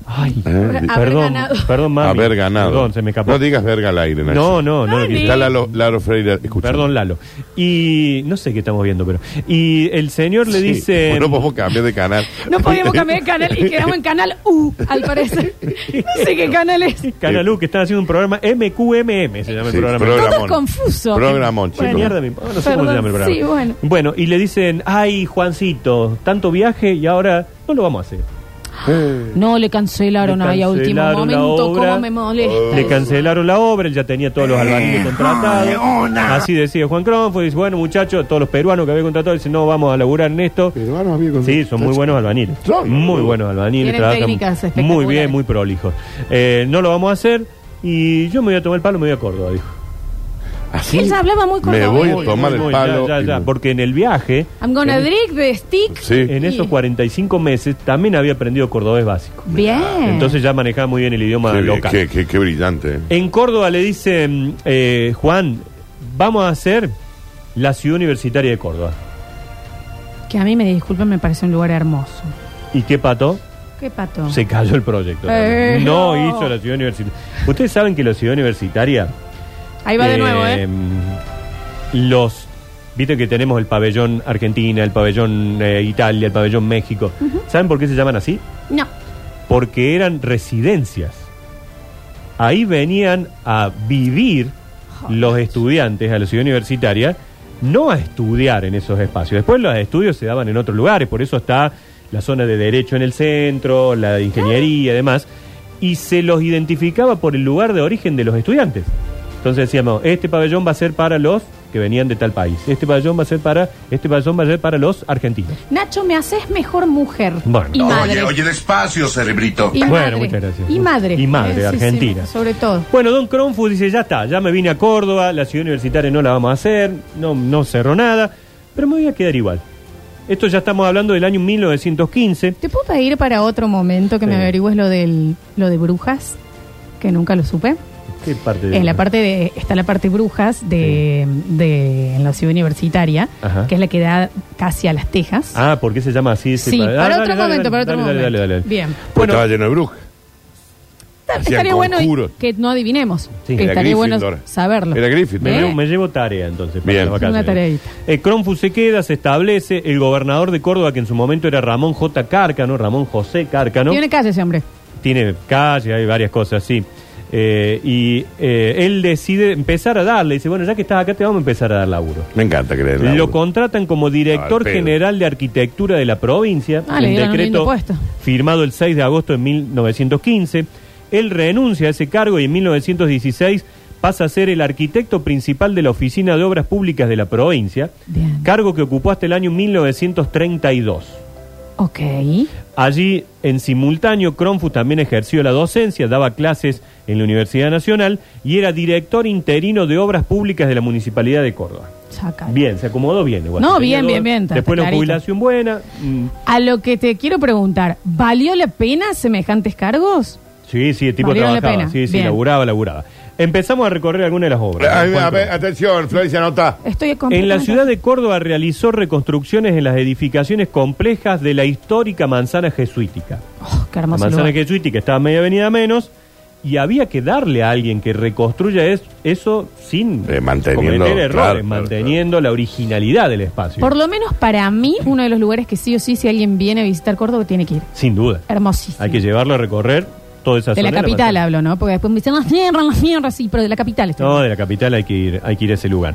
S4: Ay,
S3: Haber
S4: perdón,
S2: ganado.
S4: perdón, mami.
S3: Eh, haber ganado.
S4: Perdón, se me escapó.
S3: No digas verga al aire, Nacho.
S4: no, no,
S2: Ah,
S4: no lo quise.
S3: Está Lalo, Lalo Freire. Escucha.
S4: Perdón, Lalo. Y no sé qué estamos viendo, pero. Y el señor le
S3: Sí,
S4: dice.
S3: No podemos cambiar de canal.
S2: No podíamos
S3: [LAUGHS]
S2: cambiar de canal y quedamos en canal U, al parecer. No sé qué canal es.
S4: Canal U, que están haciendo un programa MQMM, se llama
S3: pues, eh, Sí,
S4: el programa.
S3: pro-
S2: Todo
S3: Programón.
S2: es confuso.
S3: Programón,
S4: Una
S3: chicos.
S4: mierda, mi- no sé cómo se llama el
S2: Perdón,
S4: programa.
S2: sí, bueno.
S4: y le dicen, ay, Juancito, tanto viaje y ahora no lo vamos a hacer.
S2: No, le cancelaron
S4: Le
S2: ahí a último
S4: cancelaron la
S2: momento,
S4: obra.
S2: cómo me molesta.
S4: Le cancelaron la obra, él ya tenía todos los
S2: Eh,
S4: albañiles contratados. Así decía Juan Cronfo, dice, bueno, muchachos, todos los peruanos que había contratado, dicen, no, vamos a laburar en esto.
S3: Peruanos, amigo.
S4: Sí, son muy buenos albañiles.
S3: Son.
S4: Muy buenos albañiles.
S2: Tienen
S4: trabajan
S2: técnicas espectaculares.
S4: Muy bien, muy prolijos. Eh, no lo vamos a hacer y yo me voy a tomar el palo y me voy a Córdoba, dijo.
S3: Así.
S2: Él ya hablaba muy
S3: Me
S2: cordobés.
S3: voy
S4: Muy,
S3: a tomar
S4: muy,
S3: el
S4: muy,
S3: palo.
S4: ya, ya,
S3: y-
S4: ya, porque en el viaje,
S2: I'm gonna drink the stick.
S3: Sí.
S4: en esos
S2: Sí.
S4: 45 meses, también había aprendido cordobés básico.
S2: Bien.
S4: Entonces ya manejaba muy bien el idioma
S3: Qué, bien,
S4: local.
S3: qué- qué- qué brillante. eh.
S4: En Córdoba le dicen, eh, Juan, vamos a hacer la ciudad universitaria de Córdoba.
S2: Que a mí me disculpen, me parece un lugar hermoso.
S4: ¿Y qué pato?
S2: Qué pato.
S4: Se cayó el proyecto.
S2: Ah. Eh,
S4: no,
S2: no.
S4: hizo la ciudad universitaria. Ustedes saben que la ciudad universitaria...
S2: Ahí va de
S4: Eh,
S2: nuevo, ¿eh?
S4: Los. Viste que tenemos el pabellón Argentina, el pabellón eh, Italia, el pabellón México. ¿Saben por qué se llaman así?
S2: No.
S4: Porque eran residencias. Ahí venían a vivir los estudiantes a la ciudad universitaria, no a estudiar en esos espacios. Después los estudios se daban en otros lugares, por eso está la zona de derecho en el centro, la de ingeniería y demás, y se los identificaba por el lugar de origen de los estudiantes. Entonces decíamos, este pabellón va a ser para los que venían de tal país, este pabellón va a ser para, este pabellón va a ser para los argentinos.
S2: Nacho, me haces mejor mujer.
S4: Bueno.
S2: y madre.
S7: Oye, oye, despacio, cerebrito.
S2: Y
S4: Bueno,
S2: madre.
S4: muchas gracias.
S2: Y madre.
S4: Y madre,
S2: Eh, sí, sí,
S4: Argentina.
S2: sobre todo.
S4: Bueno, Don Cronfus dice, ya está, ya me vine a Córdoba, la ciudad universitaria no la vamos a hacer, no, no cerró nada, pero me voy a quedar igual. Esto ya estamos hablando del año 1915.
S2: ¿Te puedo pedir para otro momento que me
S4: Sí.
S2: averigües lo, del, lo de brujas? Que nunca lo supe.
S4: ¿Qué parte de-
S2: En la parte de, está la parte brujas de, de- en la ciudad universitaria,
S4: Ajá.
S2: que es la que da casi a las tejas.
S4: Ah, ¿por qué se llama así? ese
S2: sí,
S4: pa- Ah,
S2: para
S4: dale,
S2: otro
S4: dale,
S2: momento,
S4: dale,
S2: para otro
S4: dale,
S2: momento.
S4: dale, dale, dale.
S2: Bien.
S3: Porque estaba lleno Pues de brujas.
S2: Está-
S3: Hacían
S2: estaría bueno y-
S3: conjuros.
S2: que no adivinemos.
S4: Sí,
S2: Que
S4: era
S2: estaría bueno
S3: Gryffindor.
S2: saberlo.
S3: Era Gryffindor.
S4: Me,
S2: ¿Eh?
S4: llevo, me llevo tarea entonces. para
S3: Bien.
S4: las vacaciones.
S2: Una tareita.
S4: Eh, Cronfus se queda, se establece. El gobernador de Córdoba, que en su momento era Ramón J. Cárcano, Ramón José Cárcano,
S2: Tiene calle ese hombre.
S4: tiene calle, hay varias cosas, sí. Eh, y eh, él decide empezar a darle. Dice, bueno, ya que estás acá, te vamos a empezar a dar laburo.
S3: Me encanta creer. en la
S4: Lo
S3: U.
S4: contratan como
S3: Al
S4: director
S3: pedo.
S4: general de arquitectura de la provincia,
S2: Ah, le
S4: en
S2: dieron un lindo
S4: decreto
S2: puesto.
S4: firmado el 6 de agosto de 1915. Él renuncia a ese cargo y en 1916 pasa a ser el arquitecto principal de la Oficina de Obras Públicas de la provincia,
S2: Bien.
S4: cargo que ocupó hasta el año 1932.
S2: Ok.
S4: Allí, en simultáneo, Cronfus también ejerció la docencia, daba clases en la Universidad Nacional y era director interino de Obras Públicas de la Municipalidad de Córdoba.
S2: Saca.
S4: Bien, se acomodó bien igual.
S2: No,
S4: Tenía
S2: bien,
S4: dos-
S2: bien, bien, está-
S4: Después
S2: está
S4: la
S2: clarito.
S4: jubilación buena. mm,
S2: A lo que te quiero preguntar, ¿valió la pena semejantes cargos?
S4: sí, sí, el tipo
S2: Valieron la
S4: trabajaba.
S2: pena,
S4: Sí, sí,
S2: bien.
S4: laburaba, laburaba. Empezamos a recorrer algunas de las obras.
S3: Ay,
S4: Juan
S3: a ver,
S4: Cronfus.
S3: atención, Florencia anota.
S2: Estoy
S4: en la
S2: completamente-
S4: ciudad de Córdoba realizó reconstrucciones en las edificaciones complejas de la histórica manzana jesuítica.
S2: Oh, qué
S4: La
S2: hermoso
S4: manzana
S2: lugar.
S4: jesuítica estaba media avenida menos y había que darle a alguien que reconstruya es- eso sin
S3: Eh, manteniendo,
S4: cometer errores,
S3: claro, claro,
S4: manteniendo la originalidad del espacio.
S2: Por lo menos para mí, uno de los lugares que sí o sí, si alguien viene a visitar Córdoba, tiene que ir.
S4: Sin duda.
S2: Hermosísimo.
S4: Hay que llevarlo a recorrer toda esa
S2: de
S4: zona.
S2: la capital
S4: manzana.
S2: hablo, ¿no? Porque después me dicen "Ah, las tierras, las tierras, sí, pero de la capital estoy.
S4: No, de la capital hay que ir, hay que ir a ese lugar.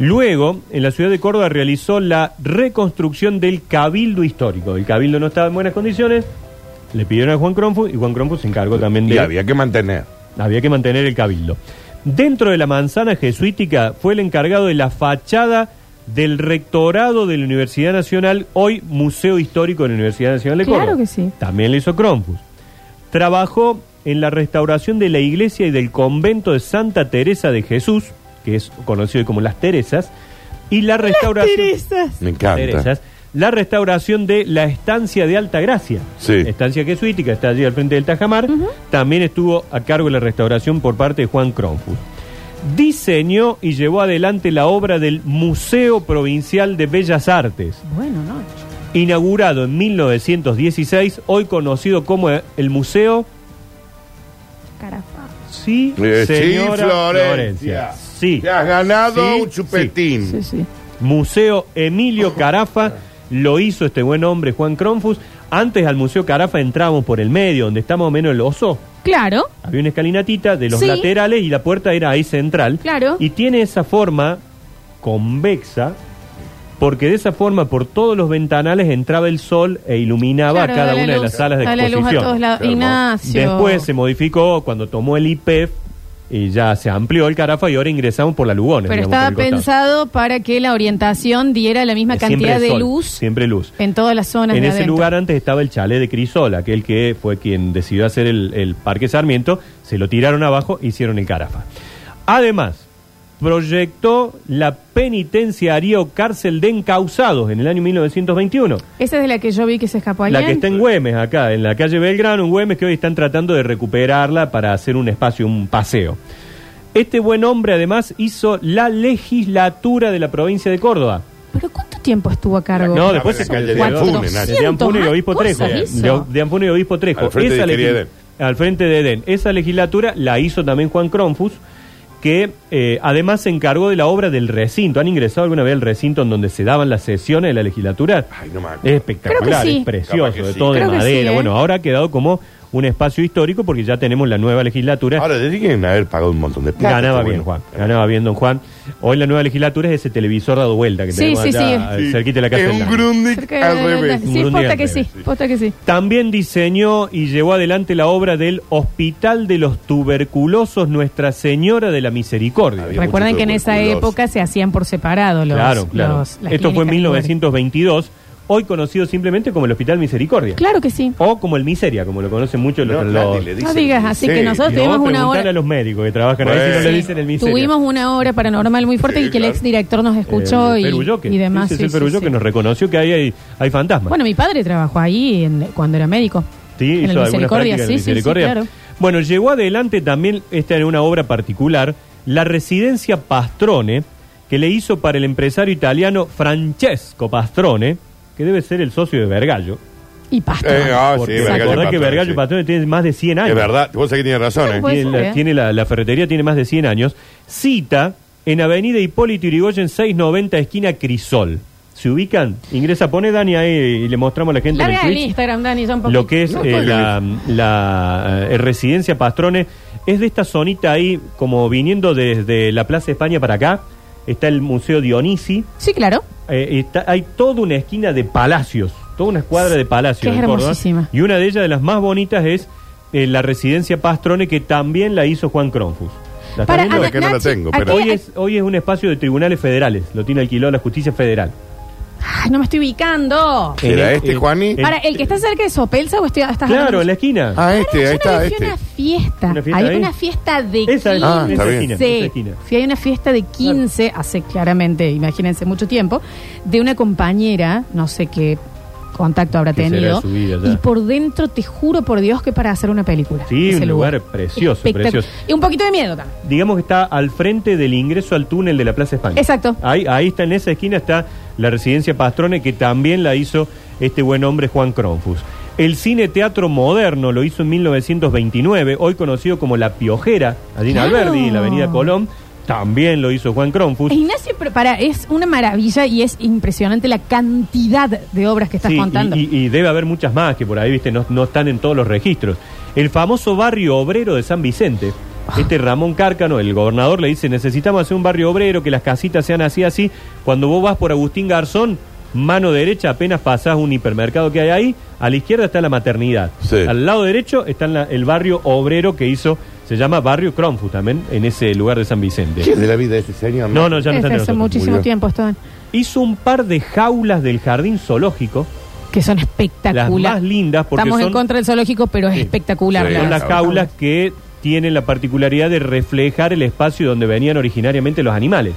S4: Luego, en la ciudad de Córdoba realizó la reconstrucción del cabildo histórico. El cabildo no estaba en buenas condiciones, le pidieron a Juan Cronfus y Juan Cronfus se encargó también de...
S3: Y había que mantener.
S4: había que mantener el cabildo. Dentro de la manzana jesuítica fue el encargado de la fachada del rectorado de la Universidad Nacional, hoy Museo Histórico de la Universidad Nacional de
S2: Claro
S4: Córdoba.
S2: que sí.
S4: También le hizo Cronfus. Trabajó en la restauración de la iglesia y del convento de Santa Teresa de Jesús, que es conocido como las Teresas, y la restauración
S2: Teresas.
S3: Me encanta.
S4: Teresas, la restauración de la estancia de Altagracia.
S3: Sí.
S4: Estancia jesuítica, está allí al frente del Tajamar. También estuvo a cargo de la restauración por parte de Juan Cronfus. Diseñó y llevó adelante la obra del Museo Provincial de Bellas Artes,
S2: Bueno, no.
S4: inaugurado en 1916, hoy conocido como el Museo.
S2: Carafa.
S4: Sí,
S3: Eh,
S4: señora
S3: sí, Florencia.
S4: Sí.
S3: Te has ganado
S4: Sí,
S3: un chupetín.
S2: Sí, sí.
S4: Museo Emilio Carafa, lo hizo este buen hombre Juan Cronfus. Antes al Museo Carafa entramos por el medio, donde está más o menos el oso.
S2: Claro.
S4: Había una escalinatita de los
S2: Sí.
S4: laterales y la puerta era ahí central.
S2: Claro.
S4: Y tiene esa forma convexa, porque de esa forma por todos los ventanales entraba el sol e iluminaba
S2: Claro,
S4: cada
S2: dale
S4: una de
S2: luz,
S4: las salas de
S2: dale
S4: exposición.
S2: luz a todos lados.
S3: Claro.
S2: Ignacio.
S4: Después se modificó cuando tomó el IPEF y ya se amplió el Carafa y ahora ingresamos por la Lugones.
S2: Pero
S4: digamos,
S2: estaba
S4: por el costado.
S2: pensado para que la orientación diera la misma
S4: Eh,
S2: cantidad
S4: siempre
S2: de
S4: sol,
S2: luz
S4: Siempre luz.
S2: en todas las zonas
S4: En
S2: de
S4: ese
S2: adentro.
S4: lugar antes estaba el chalet de Crisola, aquel que fue quien decidió hacer el, el Parque Sarmiento, se lo tiraron abajo, hicieron el Carafa. Además, proyectó la penitenciaría o cárcel de encausados en el año 1921.
S2: Esa es de la que yo vi que se escapó alguien.
S4: La que está en Güemes, acá, en la calle Belgrano, en Güemes, que hoy están tratando de recuperarla para hacer un espacio, un paseo. Este buen hombre, además, hizo la legislatura de la provincia de Córdoba.
S2: ¿Pero cuánto tiempo estuvo a cargo?
S4: No, después
S3: la
S4: se
S3: calle de
S4: convirtió-
S3: Anfune, Nacho.
S4: de Anfune y Obispo
S2: ¿Cuántas
S4: Trejo.
S2: cosas hizo?
S4: De, Au- de Anfune y Obispo Trejo.
S3: Al frente de
S4: legi-
S3: Quería Edén.
S4: al frente de Edén. Esa legislatura la hizo también Juan Cronfus, que eh, además se encargó de la obra del recinto. ¿Han ingresado alguna vez al recinto en donde se daban las sesiones de la legislatura?
S3: Ay, no me acuerdo.
S4: Es espectacular,
S2: Creo que sí.
S4: es precioso,
S3: Capaz que
S4: de
S3: sí.
S4: todo
S2: Creo
S4: de
S2: que sí,
S4: madera.
S2: ¿eh?
S4: Bueno, ahora ha quedado como un espacio histórico porque ya tenemos la nueva legislatura.
S3: Ahora, te quieren haber pagado un montón de plata.
S4: Ganaba
S3: pero
S4: bien, Juan.
S3: bueno.
S4: Ganaba bien, don Juan. Hoy la nueva legislatura es ese televisor dado vuelta que
S2: Sí,
S4: tenemos
S2: sí,
S4: allá, eh,
S3: Sí.
S4: cerquita de la casa.
S3: Es
S4: del
S3: un
S4: Nano.
S3: Grundig
S2: Cerca
S3: al
S2: de-
S3: revés.
S2: Sí,
S4: Un día
S2: posta
S4: al
S2: que sí,
S4: revés.
S2: posta que sí.
S4: También diseñó y llevó adelante la obra del Hospital de los Tuberculosos Nuestra Señora de la Misericordia.
S3: Había
S2: Recuerden
S3: mucho
S2: que en esa
S3: tuberculoso.
S2: época se hacían por separado los.
S4: claro, claro.
S2: los- las
S4: Esto fue en
S2: clínicas y lugares.
S4: 1922, hoy conocido simplemente como el Hospital Misericordia.
S2: Claro que sí.
S4: O como el Miseria, como lo conocen muchos los...
S3: No,
S4: los-
S3: nadie le dice
S2: No digas así
S3: miseria.
S2: que nosotros
S4: No,
S2: tuvimos una
S4: preguntale
S2: hora.
S4: a los médicos que trabajan ahí si no
S3: Bueno.
S4: le dicen el Miseria.
S2: Tuvimos una hora paranormal muy fuerte
S3: Sí,
S2: y que el
S3: claro.
S2: exdirector nos escuchó
S4: Eh, El
S2: y,
S4: Perullo que-
S2: y demás.
S4: ese es
S2: sí,
S4: el
S2: sí,
S4: Perullo
S2: sí.
S4: que nos reconoció que ahí hay, hay fantasmas.
S2: Bueno, mi padre trabajó ahí en- cuando era médico.
S4: Sí,
S2: en el
S4: hizo algunas
S2: Misericordia,
S4: prácticas
S2: sí,
S4: en el
S2: sí, sí,
S4: Misericordia.
S2: claro.
S4: Bueno, llegó adelante también, esta era una obra particular, la residencia Pastrone, que le hizo para el empresario italiano Francesco Pastrone, que debe ser el socio de Vergallo.
S2: Y pasta.
S3: Eh, ah, sí,
S4: Porque
S3: Vergallo y
S4: recordá que
S3: Patrone,
S4: Vergallo
S3: sí.
S4: y Patrone tiene más de 100 años.
S3: Es verdad, vos sabés que tiene razón, ¿eh?
S2: Puede
S4: Tiene,
S2: ser,
S4: la,
S2: ¿eh?
S4: tiene la- la ferretería tiene más de 100 años. Cita en Avenida Hipólito Yrigoyen 690, esquina Crisol. ¿Se ubican? Ingresa, pone Dani ahí y le mostramos a la gente en el
S2: Larga el
S4: Twitch
S2: Instagram, Dani, ya un poquito.
S4: lo que es
S3: No,
S4: eh,
S3: estoy
S4: la, la, eh, residencia Pastrone es de esta zonita ahí, como viniendo desde la Plaza España para acá. Está el Museo Dionisi.
S2: Sí, claro.
S4: eh, está- hay toda una esquina de palacios, toda una escuadra de palacios.
S2: Que es
S4: en Córdoba.
S2: hermosísima.
S4: Y una de ellas, de las más bonitas, es eh, la residencia Pastrone, que también la hizo Juan Cronfus. ¿La está
S2: Para
S3: viendo?
S4: viendo?
S2: Ana-
S3: Que no la
S2: Nachi,
S3: tengo,
S2: ¿a
S3: pero-
S2: qué-
S4: hoy, es, hoy es un espacio de tribunales federales, lo tiene alquilado la justicia federal.
S2: Ay, no me estoy ubicando.
S3: ¿Será
S4: En-
S3: este,
S4: en-
S3: Juani?
S4: en-
S2: Para, ¿el que está cerca de Sopelsa o estoy, estás
S4: eh, Claro,
S2: hablando-
S4: en la esquina.
S3: Ah, este, ahí
S2: Yo una
S3: está,
S2: vez fui a
S3: este.
S2: una fiesta.
S4: ¿Una fiesta
S2: hay
S4: ahí?
S2: una fiesta de
S4: Esa,
S2: 15.
S3: Ah, está bien.
S4: esa esquina.
S2: Fui a una fiesta de 15, hace claramente, imagínense, mucho tiempo, de una compañera, no sé qué contacto habrá
S4: ¿Qué será
S2: tenido.
S4: de su vida ya?
S2: y por dentro, te juro por Dios, que para hacer una película.
S4: Sí,
S2: Ese
S4: un lugar precioso,
S2: Espectac-
S4: precioso.
S2: Y un poquito de miedo también.
S4: digamos que está al frente del ingreso al túnel de la Plaza España.
S2: Exacto.
S4: Ahí, ahí está, en esa esquina está la residencia Pastrone, que también la hizo este buen hombre Juan Cronfus. El cine teatro moderno lo hizo en 1929, hoy conocido como La Piojera, allí en
S2: Claro.
S4: Alberdi, en la Avenida Colón. También lo hizo Juan Cronfus.
S2: Eh, Ignacio, pero para, es una maravilla y es impresionante la cantidad de obras que estás
S4: Sí, y-
S2: contando.
S4: Y, y debe haber muchas más que por ahí, viste, no, no están en todos los registros. El famoso barrio obrero de San Vicente.
S2: Ah.
S4: Este Ramón Cárcano, el gobernador, le dice, necesitamos hacer un barrio obrero, que las casitas sean así, así. Cuando vos vas por Agustín Garzón, mano derecha, apenas pasás un hipermercado que hay ahí, a la izquierda está la maternidad.
S3: Sí.
S4: Al lado derecho está la- el barrio obrero que hizo, se llama Barrio Cronfus también, en ese lugar de San Vicente.
S3: ¿Qué es de la vida de ese señor?
S4: No, no, ya no
S2: Es
S4: está
S2: de
S4: entre
S2: hace
S4: nosotros.
S2: muchísimo
S3: murió.
S2: tiempo, Esteban,
S4: Hizo un par de jaulas del jardín zoológico.
S2: que son
S4: Las
S2: espectaculares.
S4: más lindas porque
S2: Estamos
S4: son
S2: en contra del zoológico, pero es espectacular.
S3: Sí,
S2: la
S4: Son las
S2: verdad.
S4: jaulas que tienen la particularidad de reflejar el espacio donde venían originariamente los animales.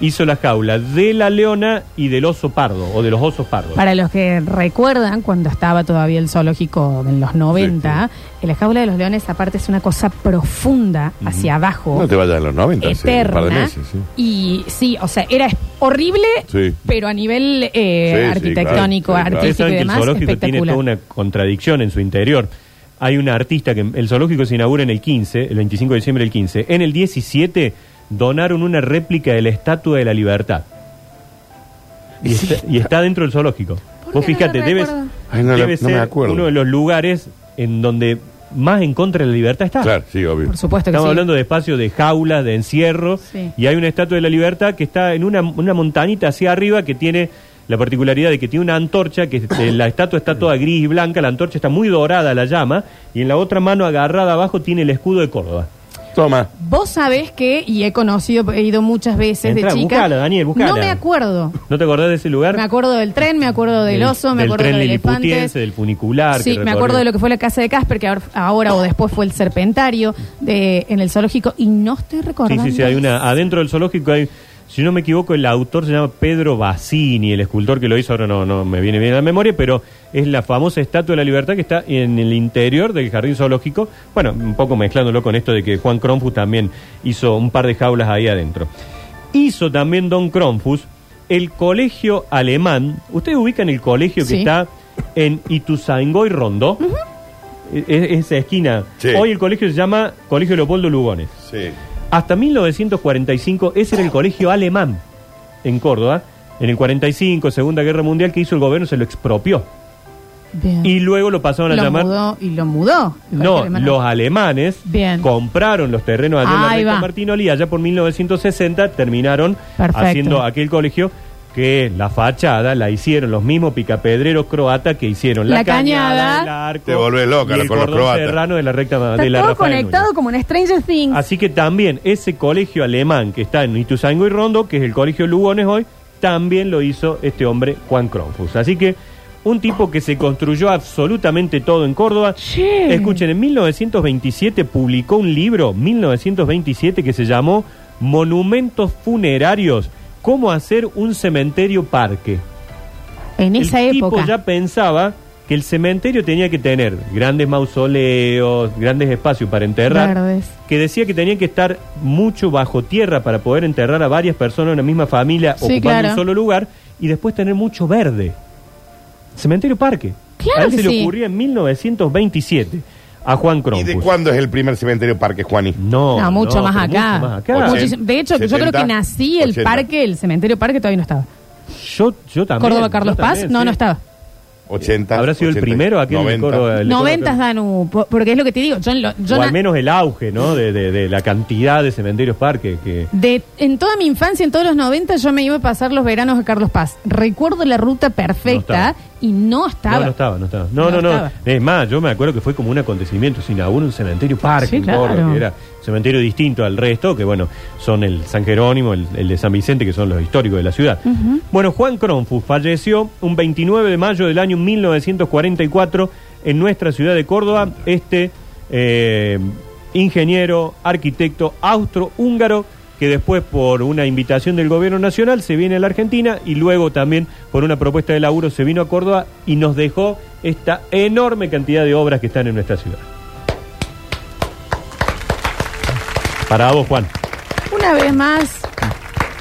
S4: Hizo las jaulas de la leona y del oso pardo, o de los osos pardos.
S2: Para los que recuerdan, cuando estaba todavía el zoológico en los 90, en la jaula de los leones, aparte, es una cosa profunda hacia abajo.
S3: No te vayas a los 90, hace un
S2: eterna
S3: par de meses, sí.
S2: y sí o sea era es- horrible
S3: Sí.
S2: pero a nivel eh,
S3: Sí, sí,
S2: arquitectónico
S3: claro, sí, claro.
S4: Ustedes
S2: artístico
S4: saben
S2: y
S4: que el
S2: demás
S4: zoológico tiene
S2: espectacular
S4: toda una contradicción en su interior. Hay una artista que el zoológico se inaugura en el 15, el 25 de diciembre del 15. En el 17 donaron una réplica de la Estatua de la Libertad. Y, está, y está dentro del zoológico.
S2: ¿Por
S4: Vos
S2: qué no
S4: fíjate,
S2: la
S4: debes,
S2: recuerdo?
S3: Ay, no la-
S4: debe
S3: no me
S4: ser
S3: acuerdo.
S4: uno de los lugares en donde más en contra de la libertad está.
S3: Claro, sí, obvio.
S2: por supuesto que
S4: Estamos
S2: sí.
S4: hablando de espacios de jaulas, de encierro,
S2: Sí.
S4: y hay una estatua de la libertad que está en una, una montañita hacia arriba que tiene la particularidad de que tiene una antorcha, que eh, la estatua está toda gris y blanca, la antorcha está muy dorada, la llama, y en la otra mano agarrada abajo tiene el escudo de Córdoba.
S3: Toma.
S2: vos sabés que y he conocido he ido muchas veces
S4: Entra,
S2: de chica
S4: buscala, Daniel, buscala.
S2: no me acuerdo
S4: ¿No te acordás de ese lugar?
S2: me acuerdo del tren me acuerdo del, oso me
S4: del
S2: acuerdo
S4: tren
S2: del elefante
S4: liliputiense, del ah, funicular.
S2: Sí, me acuerdo de lo que fue la casa de Casper, que ahora, ahora o después fue el serpentario de, en el zoológico, y no estoy
S4: Sí,
S2: recordando.
S4: sí, sí, hay una. Adentro del zoológico hay. Si no me equivoco, el autor se llama Pedro Bassini, el escultor que lo hizo, ahora no, no me viene bien a la memoria, pero es la famosa Estatua de la Libertad que está en el interior del jardín zoológico. Bueno, un poco mezclándolo con esto de que Juan Cronfus también hizo un par de jaulas ahí adentro. Hizo también Don Cronfus el colegio alemán. Ustedes ubican el colegio
S2: Sí.
S4: que está en Ituzaingó y Rondó, E- e- esa esquina.
S3: Sí.
S4: Hoy el colegio se llama Colegio Leopoldo Lugones.
S3: Sí.
S4: Hasta 1945, ese era el colegio alemán en Córdoba. En el 45, Segunda Guerra Mundial, que hizo el gobierno, se lo expropió.
S2: Bien.
S4: Y luego lo pasaron a
S2: lo
S4: llamar.
S2: Mm. mudó y lo mudó.
S4: No,
S2: Alemán.
S4: los alemanes
S2: Bien.
S4: compraron los terrenos allá
S2: Ahí
S4: en la
S2: va.
S4: Recta Martinoli. Allá por 1960 terminaron
S2: Perfecto.
S4: haciendo aquel colegio que la fachada la hicieron los mismos picapedreros croatas que hicieron la,
S2: La cañada.
S4: el arco.
S3: Te volvés loca
S4: y el
S3: con los
S4: cordón
S3: croatas.
S4: serrano de la recta de
S2: Está
S4: la
S2: todo
S4: Rafael Núñez.
S2: conectado como en Stranger Things.
S4: Así que también ese colegio alemán que está en Ituzaingó y Rondo, que es el colegio Lugones hoy, también lo hizo este hombre Juan Cronfus. Así que un tipo que se construyó absolutamente todo en Córdoba.
S2: Che.
S4: Escuchen, en 1927 publicó un libro, 1927, que se llamó Monumentos Funerarios, cómo hacer un cementerio parque.
S2: en esa
S4: el
S2: época.
S4: tipo ya pensaba que el cementerio tenía que tener grandes mausoleos, grandes espacios para enterrar,
S2: Verdes.
S4: que decía que tenían que estar mucho bajo tierra para poder enterrar a varias personas de una misma familia
S2: Sí,
S4: ocupando
S2: claro.
S4: un solo lugar y después tener mucho verde. Cementerio parque.
S2: Claro
S4: a él
S2: que
S4: se le
S2: sí.
S4: ocurrió en 1927 a Juan
S3: ¿Y
S4: Crompus.
S3: de cuándo es el primer cementerio Parque Juaní?
S4: No,
S2: No, mucho, más,
S4: pero
S2: acá.
S4: mucho más acá.
S3: Ochenta.
S2: Muchísimo- De hecho, yo creo que
S3: 70,
S2: nací el
S3: 80.
S2: parque, el cementerio parque todavía no estaba.
S4: Yo, yo también.
S2: Córdoba
S4: yo
S2: Carlos Paz,
S4: también,
S2: no,
S4: sí.
S2: no estaba.
S3: 80.
S4: Habrá sido el
S3: 80,
S4: primero aquel de
S3: 90.
S4: Córdoba. El de
S2: Noventas,
S4: Córdoba.
S2: Danu, po- porque es lo que te digo. Yo, en lo- yo
S4: O
S2: na-
S4: al menos el auge, ¿no? De, de- de la cantidad de cementerios parques que...
S2: de, en toda mi infancia, en todos los 90, yo me iba a pasar los veranos a Carlos Paz. Recuerdo la ruta perfecta
S4: No estaba.
S2: y no estaba.
S4: No, no estaba, no estaba. No,
S2: No
S4: no, no.
S2: estaba.
S4: Es más, yo me acuerdo que fue como un acontecimiento. Se inaugura un cementerio parque
S2: Sí,
S4: en Córdoba,
S2: claro.
S4: que era un cementerio distinto al resto, que bueno, son el San Jerónimo, el, el de San Vicente, que son los históricos de la ciudad. Bueno, Juan Cronfus falleció un 29 de mayo del año 1944 en nuestra ciudad de Córdoba. Este eh, ingeniero, arquitecto austro-húngaro que después por una invitación del gobierno nacional se viene a la Argentina y luego también por una propuesta de laburo se vino a Córdoba y nos dejó esta enorme cantidad de obras que están en nuestra ciudad. Para vos, Juan.
S2: Una vez más,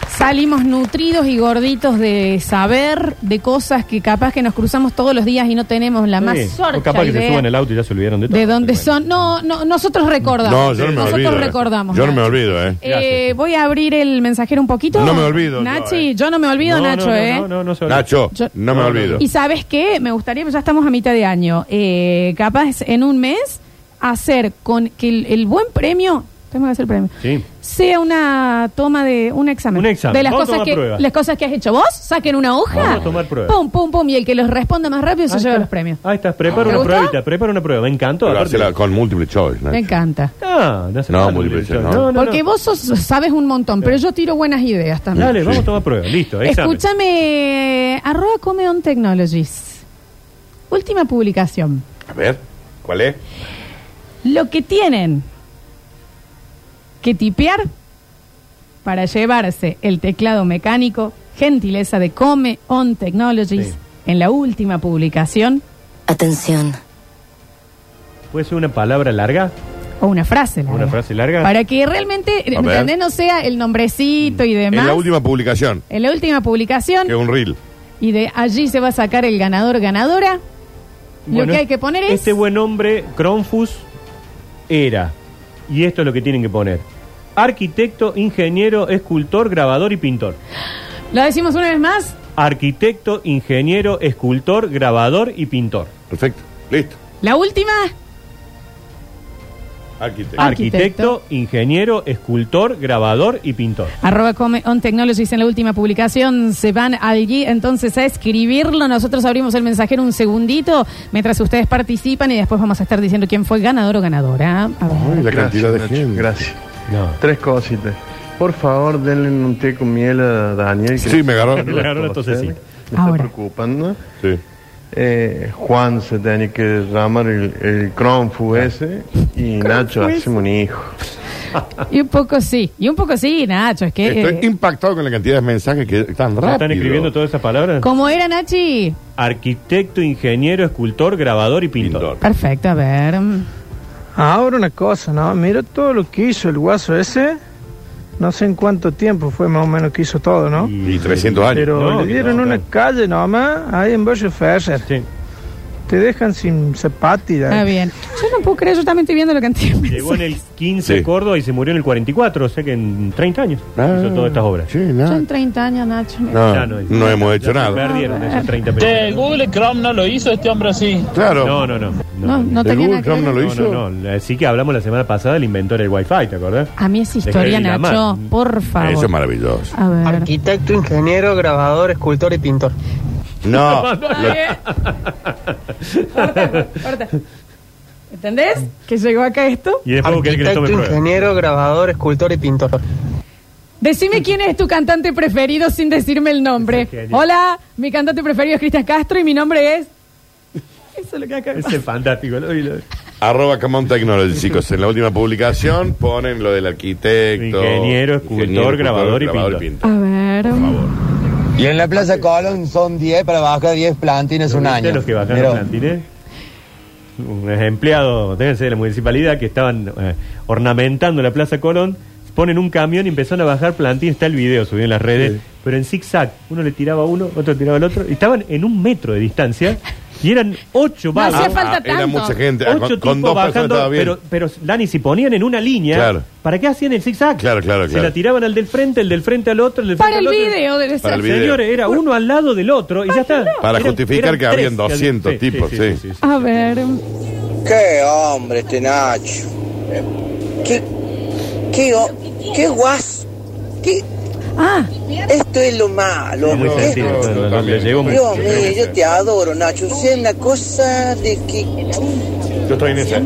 S2: salimos nutridos y gorditos de saber de cosas que capaz que nos cruzamos todos los días y no tenemos la más
S4: Sí,
S2: sorcha
S4: o capaz que se
S2: idea
S4: suban al auto y ya se olvidaron de todo.
S2: de dónde
S4: Bueno.
S2: son. No, no, nosotros recordamos.
S3: No, yo no me
S2: nosotros
S3: olvido. eh.
S2: recordamos.
S3: Yo no me
S2: Nacho.
S3: olvido, ¿eh?
S2: Eh, voy a abrir el mensajero un poquito.
S3: No me olvido, no,
S2: Nachi,
S3: eh.
S2: yo no me olvido,
S4: No,
S2: Nacho,
S4: no, no,
S2: ¿eh?
S4: No, no, no se olviden.
S3: Nacho,
S2: Yo-
S3: no me
S4: No, no,
S3: olvido.
S2: Y sabes qué, me gustaría, ya estamos a mitad de año, eh, capaz en un mes hacer con que el, el buen premio, tenemos que hacer premio,
S4: Sí.
S2: sea una toma de un examen.
S4: Un examen.
S2: De las
S4: Vamos a
S2: cosas,
S4: tomar
S2: que,
S4: pruebas.
S2: las cosas que has hecho vos, saquen una hoja,
S4: Vamos a tomar pruebas.
S2: pum, pum, pum, y el que los responda más rápido se
S4: Ahí
S2: lleva
S4: está. Ah.
S2: los premios.
S4: Ahí está, prepara
S2: ¿Te
S4: una
S2: gustó?
S4: pruebita, prepara una prueba. Me encantó.
S3: Pero
S4: aparte. Ah,
S3: hacela con múltiple choice, Nacho.
S2: Me encanta.
S4: No, no, hace
S3: No,
S4: falta
S3: múltiple
S4: televisión.
S3: choice, no.
S2: Porque vos sos- sabes un montón, pero yo tiro buenas ideas también.
S4: Dale,
S3: Sí.
S4: vamos a tomar pruebas. Listo, examen.
S2: Escúchame, arroba Come On Technologies. Última publicación.
S3: A ver, ¿cuál es?
S2: Lo que tienen que tipear para llevarse el teclado mecánico, gentileza de Come On Technologies,
S4: Sí.
S2: en la última publicación,
S8: Atención.
S4: ¿Puede ser una palabra larga?
S2: o una frase larga.
S4: ¿Una frase larga?
S2: Para que realmente, ¿me
S3: A ver.
S2: entendés? No sea el nombrecito
S4: Mm.
S2: y demás.
S3: En la última publicación,
S2: En la última publicación,
S3: que es un reel.
S2: y de allí se va a sacar el ganador, ganadora.
S4: Bueno,
S2: lo que hay que poner es...
S4: Este buen hombre, Cronfus, era, y esto es lo que tienen que poner, arquitecto, ingeniero, escultor, grabador y pintor.
S2: Lo decimos una vez más.
S4: Arquitecto, ingeniero, escultor, grabador y pintor.
S3: Perfecto, listo.
S2: La última.
S3: Arquitecto.
S2: Ah.
S4: Arquitecto, ingeniero, escultor, grabador y pintor.
S2: Arroba Come On Technologies en la última publicación. Se van allí entonces a escribirlo. Nosotros abrimos el mensajero un segundito mientras ustedes participan y después vamos a estar diciendo quién fue ganador o ganadora. A ver.
S3: Ay, la cantidad de
S9: Nacho,
S3: gente.
S9: Gracias.
S4: No.
S9: Tres cositas. Por favor, denle un té con miel a Daniel. que
S3: Sí, me agarró.
S9: no
S4: Le agarró la
S9: conoce.
S4: tosecita.
S9: Me está
S2: Ahora.
S9: preocupando.
S3: Sí.
S9: Eh, Juan se tiene que llamar el, el Cronfu
S3: Ah.
S9: ese y Nacho hacemos un hijo.
S2: Y un poco sí. Y un poco sí, Nacho. Es que.
S3: Estoy
S2: eh,
S3: impactado con la cantidad de mensajes que tan rápido.
S4: ¿Están escribiendo todas esas palabras?
S2: ¿Cómo era, Nachi?
S4: Arquitecto, ingeniero, escultor, grabador y pintor.
S2: Perfecto, a ver.
S10: Ahora una cosa, ¿no? Mira todo lo que hizo el guaso ese. No sé en cuánto tiempo fue más o menos que hizo todo, ¿no?
S3: Y 300 años.
S10: Pero
S4: No,
S10: le dieron
S4: no,
S10: una
S4: claro.
S10: calle nomás ahí en Bello Ferrer.
S4: Sí.
S10: Te dejan sin zapatilla. ¿eh?
S2: Está bien. Yo no puedo creer, yo también estoy viendo la cantidad de
S4: Llegó en
S2: mensajes.
S4: el 15
S3: Sí.
S4: Córdoba y se murió en el 44, o sea que en 30 años
S3: Ah,
S4: hizo todas estas obras.
S3: Sí,
S2: Yo
S3: nada.
S2: en 30 años, Nacho. me-
S3: No,
S4: Ya
S3: no,
S4: hizo.
S3: hemos
S4: Ya
S3: hecho
S4: se
S3: nada. Ah.
S4: Perdieron esos 30
S11: Che, el
S4: películas.
S11: Google Chrome no lo hizo, este hombre así.
S3: Claro.
S4: No, no, no.
S2: No, no
S3: ¿El
S2: tenía
S3: Google
S2: nada que
S3: Chrome
S2: ver.
S3: no lo
S4: No,
S3: hizo?
S4: no, no. Así que hablamos la semana pasada del inventor del Wi-Fi, ¿te acordás?
S2: A mí esa historia,
S4: Dejá de llamar.
S2: Nacho, por favor.
S3: Eso es maravilloso.
S2: A ver.
S6: Arquitecto, ingeniero, grabador, escultor y pintor.
S4: [LAUGHS]
S3: No, lo-
S2: Corta, corta. ¿Entendés? Que llegó acá esto.
S4: Y después vos querés que le
S6: Arquitecto,
S4: tome prueba.
S6: ingeniero, grabador, escultor y pintor.
S2: Decime quién es tu cantante preferido sin decirme el nombre.
S4: Es el genio.
S2: Hola, mi cantante preferido es Cristian Castro y mi nombre es. Eso es lo que acá
S4: [LAUGHS] Ese es fantástico. lo- lo-
S3: Arroba Camon Technology, chicos. En la última publicación ponen lo del arquitecto.
S4: Ingeniero, escultor, grabador y
S2: A ver.
S6: Y en la Plaza Colón son 10 para bajar 10 plantines
S4: ¿Viste los que bajaron plantines? Unos empleados, deben ser de la municipalidad, que estaban eh, ornamentando la Plaza Colón, ponen un camión y empezaron a bajar plantines. Está el video subido en las redes. pero en zigzag. Uno le tiraba a uno, otro tiraba al otro. Y estaban en un metro de distancia y eran ocho
S2: No
S4: vagos.
S2: hacía falta tanto.
S3: Ah, Era mucha gente. Ah,
S4: Ocho
S3: Con,
S4: tipos
S3: con dos personas
S4: bajando,
S3: estaba bien.
S4: pero, pero Dani, si ponían en una línea,
S3: Claro.
S4: ¿para qué hacían el zigzag?
S3: Claro, claro,
S4: Se
S3: claro.
S4: la tiraban al del frente, el del frente al otro, el del frente
S2: Para el
S4: al otro.
S2: video debe
S3: Para
S2: ser.
S3: el video.
S4: Señores, era uno al lado del otro y ya está.
S3: Para
S4: Eran-
S3: justificar
S4: eran
S3: que habían
S4: tres
S3: 200
S4: habían-
S3: tipos, sí.
S2: A ver.
S8: Qué hombre este Nacho. Qué, qué, ho- qué guas. Qué,
S2: Ah,
S8: esto es lo malo.
S4: Es muy
S8: ¿no?
S4: sencillo.
S8: Esto-
S4: no, no, no, le llegó muy-
S8: Dios mío, yo te adoro, Nacho. Si es una cosa de que.
S3: Yo estoy en esa.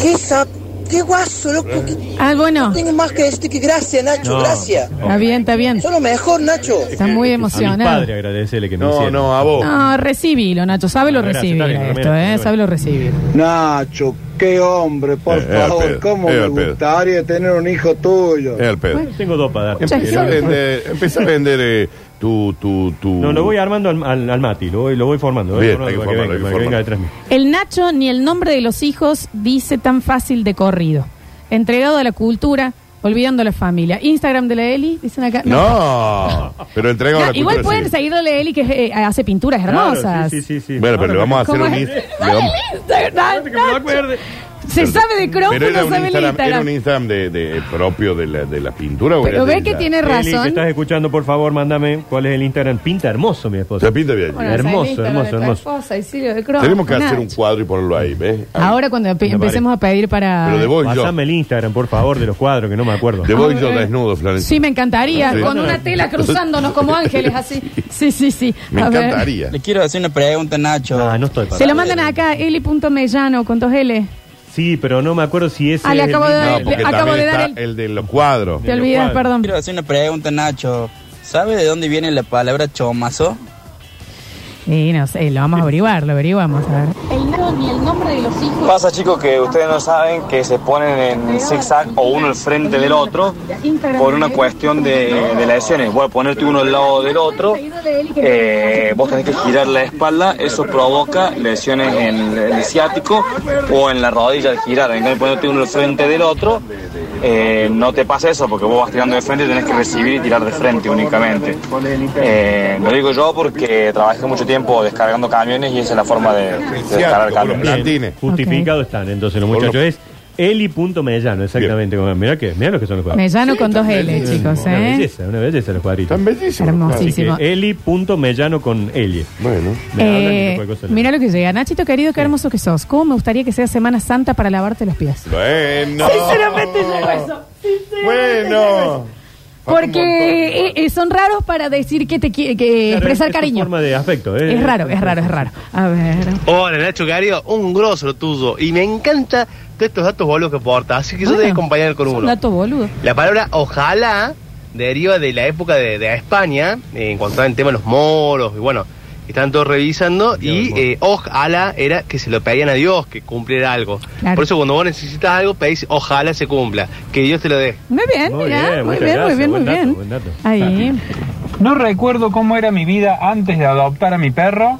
S8: Qué sap. Qué guaso, loco. que-
S2: ah, bueno.
S8: tengo más que decirte que gracias, Nacho.
S4: Eh. No.
S8: Gracias.
S2: Está bien, está bien.
S8: Son lo mejor, Nacho.
S2: Está muy
S4: A mi
S2: emocionado.
S4: padre agradecerle que me
S3: No,
S4: hicieron.
S3: no, a vos.
S2: No, recibilo, Nacho. Sábelo
S4: Gracias,
S2: recibir
S4: está bien,
S2: esto,
S4: remera,
S2: ¿eh?
S4: está
S2: Sábelo recibir.
S12: Nacho, qué hombre, por
S3: Eh, eh, al
S12: favor,
S3: pedo,
S12: cómo
S3: eh,
S12: me
S3: al pedo.
S12: gustaría tener un hijo tuyo.
S3: Es el pedo.
S2: Bueno,
S4: Tengo dos para dar.
S2: Muchas
S3: Empezá a
S2: gracias.
S3: vender, empezá a vender eh, tu, tu, tu.
S4: No, lo voy armando al, al, al Mati, lo voy, lo voy formando.
S3: Bien,
S4: eh,
S3: hay que
S4: para que
S3: formarlo,
S4: venga,
S3: hay que
S4: para que venga
S3: formarlo.
S4: detrás mío.
S2: El Nacho ni el nombre de los hijos dice tan fácil de corrido. Entregado a la cultura, olvidando a la familia. Instagram de la Eli, dicen acá.
S3: No, pero entrega
S2: No,
S3: la
S2: igual
S3: cultura,
S2: pueden
S3: sí.
S2: seguirlo a la Eli que eh, hace pinturas hermosas.
S4: Claro, sí, sí, sí, sí.
S3: Bueno, pero le vamos a hacer
S2: ¿Cómo
S3: un.
S2: es?
S3: inst- le
S2: Dale
S3: vamos-
S2: el Instagram,
S4: Que me lo
S2: Nacho.
S4: acuerde.
S2: Se sabe de Chrome,
S3: Pero
S2: pero
S3: era
S2: no
S3: un
S2: sabe el
S3: Instagram, era un
S2: Instagram.
S3: Instagram de, de- propio de la, de la pintura. o
S2: Pero
S3: era de
S2: ve que
S3: la-
S2: tiene
S4: Eli, que
S2: razón.
S4: estás escuchando, por favor, mándame cuál es el Instagram. Pinta hermoso, mi esposa.
S3: Se pinta bien.
S2: Bueno,
S4: Hermoso,
S2: sabe el Instagram
S4: hermoso,
S2: de tu
S4: hermoso.
S2: esposa, Isidro de Chrome,
S3: Tenemos que hacer
S2: Nacho.
S3: un cuadro y ponerlo ahí, ¿ves? Ahí.
S2: Ahora cuando empe-
S4: Me
S2: empecemos a pedir
S3: Pero de
S2: para...
S3: vos y yo.
S4: Pásame el Instagram, por favor, de los cuadros, que no me acuerdo.
S3: De vos y yo
S2: Ah, eh.
S3: desnudo, Florencia.
S2: Sí, me encantaría,
S3: Sí.
S2: con una tela cruzándonos como ángeles
S3: [LAUGHS]
S2: así. Sí, sí, sí.
S3: Me
S2: A ver.
S3: encantaría.
S6: Le quiero hacer una pregunta, Nacho.
S4: Ah, no estoy para.
S2: Se lo mandan acá, eli.mellano con dos L.
S4: Sí, pero no me acuerdo si ese.
S2: Ah, le
S4: es el
S2: acabo de
S4: mismo.
S2: dar-
S3: No,
S2: le-
S3: porque
S2: acabo
S3: también
S2: de dar
S3: está
S2: el-
S3: el de los cuadros.
S2: Te
S4: lo
S2: olvidas,
S4: cual.
S2: perdón.
S6: Quiero hacer una pregunta, Nacho. ¿Sabe de dónde viene la palabra chomazo?
S2: Y no sé, lo vamos a averiguar, lo averiguamos. A ver.
S13: Pasa chicos que ustedes no saben que se ponen en zigzag o uno al frente del otro por una cuestión de, de las lesiones. Bueno, ponerte uno al lado del otro, eh, vos tenés que girar la espalda, eso provoca lesiones en, el- en el ciático o en la rodilla al girar. En cambio, ponerte uno al frente del otro, eh, no te pasa eso porque vos vas tirando de frente y tenés que recibir y tirar de frente únicamente. Eh, lo digo yo porque trabajé mucho tiempo descargando camiones y esa es la forma de, de descargar
S3: Ciático,
S13: camiones.
S3: los plantines.
S4: Justificado están, entonces los
S3: Por
S4: muchachos.
S3: lo-
S4: Es Eli.mellano, exactamente. Mirá, que, mirá lo que son los cuadritos.
S2: Mellano con dos L, chicos,
S4: Una
S2: ¿eh?
S4: belleza, una belleza los cuadritos.
S3: Están bellísimos.
S4: Así que
S2: Hermosísimo.
S4: Eli.mellano con Eli.
S3: Bueno.
S4: Me hablan y
S2: Eh,
S4: cualquier cosa le-
S2: mira lo que llega. Nachito, querido, qué hermoso que sos. ¿Cómo me gustaría que sea Semana Santa para lavarte los pies?
S3: Bueno.
S2: Sinceramente llego a eso. Sinceramente llego a eso.
S3: Bueno.
S2: Porque eh, eh, son raros para decir que te qui- que
S4: Claro,
S2: expresar
S4: es- es
S2: cariño.
S4: una forma de afecto, ¿eh?
S2: Es raro, es raro, es raro. A ver.
S14: Hola Nacho Cario, un grosso lo tuyo y me encanta todos estos datos boludos que porta, así que yo te voy a
S2: Bueno,
S14: acompañar con
S2: es un
S14: uno.
S2: dato boludo.
S14: La palabra ojalá deriva de la época de, de España, eh, en cuanto al tema de los moros, y bueno, están todos revisando, y eh, ojalá era que se lo pedían a Dios que cumpliera algo.
S2: Claro.
S14: Por eso cuando vos necesitas algo, pedís ojalá se cumpla, que Dios te lo dé.
S2: Muy bien,
S4: Muy
S2: mirá,
S4: bien,
S2: muy
S4: muchas
S2: bien, muy
S4: gracias,
S2: bien, muy
S4: buen dato,
S2: bien.
S4: buen dato.
S2: Ahí.
S11: No recuerdo cómo era mi vida antes de adoptar a mi perro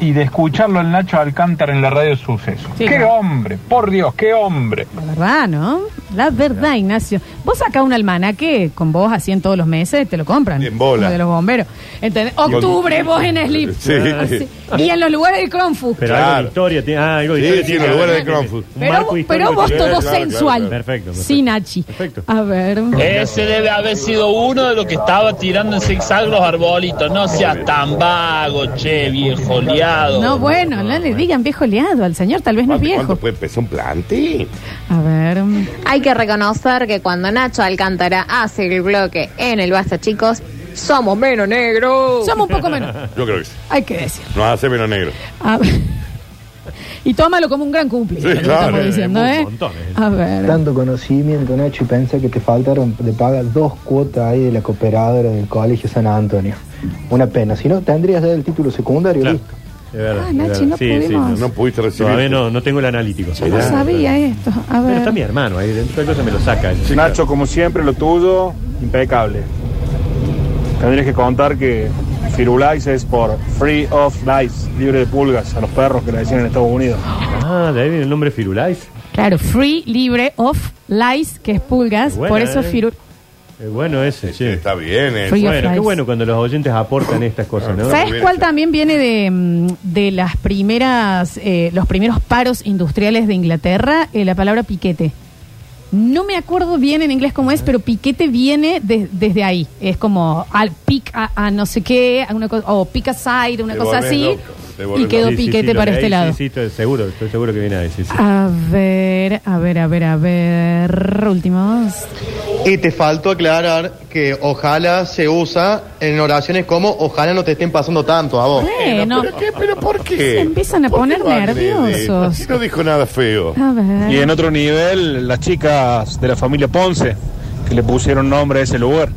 S11: y de escucharlo el Nacho Alcántara en la radio Suceso.
S2: Sí,
S11: ¡Qué
S2: claro.
S11: hombre! ¡Por Dios, qué hombre!
S2: La verdad, ¿no? La verdad, Ignacio. Vos sacás un almanaque con vos así en todos los meses, te lo compran.
S3: En bola.
S2: Como De los bomberos. ¿Entendés? Octubre, vos en Slip.
S3: Sí.
S2: Así. Y en los lugares de Cronfu.
S4: Pero
S3: Claro.
S4: algo de historia tiene. Ah, algo de
S3: Sí,
S4: historia
S3: sí,
S4: tiene.
S3: los
S4: que
S3: lugares
S4: ver.
S3: de Cronfus.
S4: Un
S2: Pero,
S4: marco histórico
S2: pero vos
S4: tiene que
S2: todo
S4: ver.
S3: claro,
S2: sensual.
S3: claro.
S4: Perfecto, perfecto.
S2: Sí, Nachi.
S4: Perfecto.
S2: A ver.
S11: Ese debe haber sido uno de los que estaba tirando en zigzag los arbolitos. No seas tan vago, che, viejo liado.
S2: No, bueno, no le digan viejo leado al señor, tal vez no es
S3: ¿Cuánto
S2: viejo.
S3: puede pesar un plantín?
S2: A ver.
S15: Hay que reconocer que cuando Nacho Alcántara hace el bloque en el Basta, chicos, somos menos negros.
S2: Somos un poco menos.
S3: Yo creo que sí.
S2: Hay que decir.
S3: Nos hace menos negro.
S2: A ver. Y tómalo como un gran cumple.
S3: Sí,
S2: lo que
S3: claro,
S2: estamos
S3: es
S2: diciendo,
S4: un
S2: ¿eh?
S4: montón, eh.
S2: A ver.
S16: Tanto conocimiento, Nacho, y pensé que te faltaron de pagar dos cuotas ahí de la cooperadora del Colegio San Antonio. Una pena, si no, tendrías ya el título secundario,
S4: Claro.
S16: listo.
S4: Es verdad,
S2: Ah,
S4: es
S2: Nachi,
S4: verdad.
S2: no pudimos.
S4: no.
S3: No pudiste recibir.
S4: Todavía no, no tengo el analítico.
S2: Yo no sabía esto. A
S4: Pero
S2: ver.
S4: está mi hermano ahí, dentro de cosa me lo saca. el chico.
S13: Nacho, como siempre, lo tuyo, impecable. Tendrías que contar que Firulais es por Free of Lice, libre de pulgas, a los perros que le decían en Estados Unidos.
S4: Ah, de ahí viene el nombre Firulais.
S2: Claro, free, libre, off, lice, que es pulgas.
S4: Buena,
S2: por eso
S4: eh.
S2: Firul.
S4: Es bueno ese, sí.
S3: Está bien, eh.
S2: Free of
S4: Bueno, qué
S2: fries.
S4: bueno cuando los oyentes aportan estas cosas, ¿no?
S2: ¿Sabes cuál también viene de, mm, de las primeras, eh, los primeros paros industriales de Inglaterra? Eh, la palabra piquete. No me acuerdo bien en inglés cómo es, pero piquete viene de- desde ahí. Es como al pic a, a no sé qué, a una cosa, o pick a side, una
S4: Te
S2: cosa
S4: volvés
S2: así.
S4: loco, te volvés
S2: y quedó
S4: loco. Sí, sí,
S2: piquete
S4: sí, lo
S2: para
S4: que-
S2: este
S4: ahí
S2: lado. Ah.
S4: Sí, sí, estoy seguro, estoy seguro que viene a decir. Sí.
S2: A ver, a ver, a ver, a ver. Últimos.
S6: Y te faltó aclarar que ojalá se usa en oraciones como ojalá no te estén pasando tanto a vos.
S2: Bueno.
S3: ¿Pero, qué? ¿Pero por qué?
S2: Se empiezan a
S3: ¿Por
S2: poner
S3: qué lo agrede?
S2: nerviosos. Ah.
S3: No dijo nada feo.
S2: A ver.
S17: Y en otro nivel, las chicas de la familia Ponce, que le pusieron nombre a ese lugar.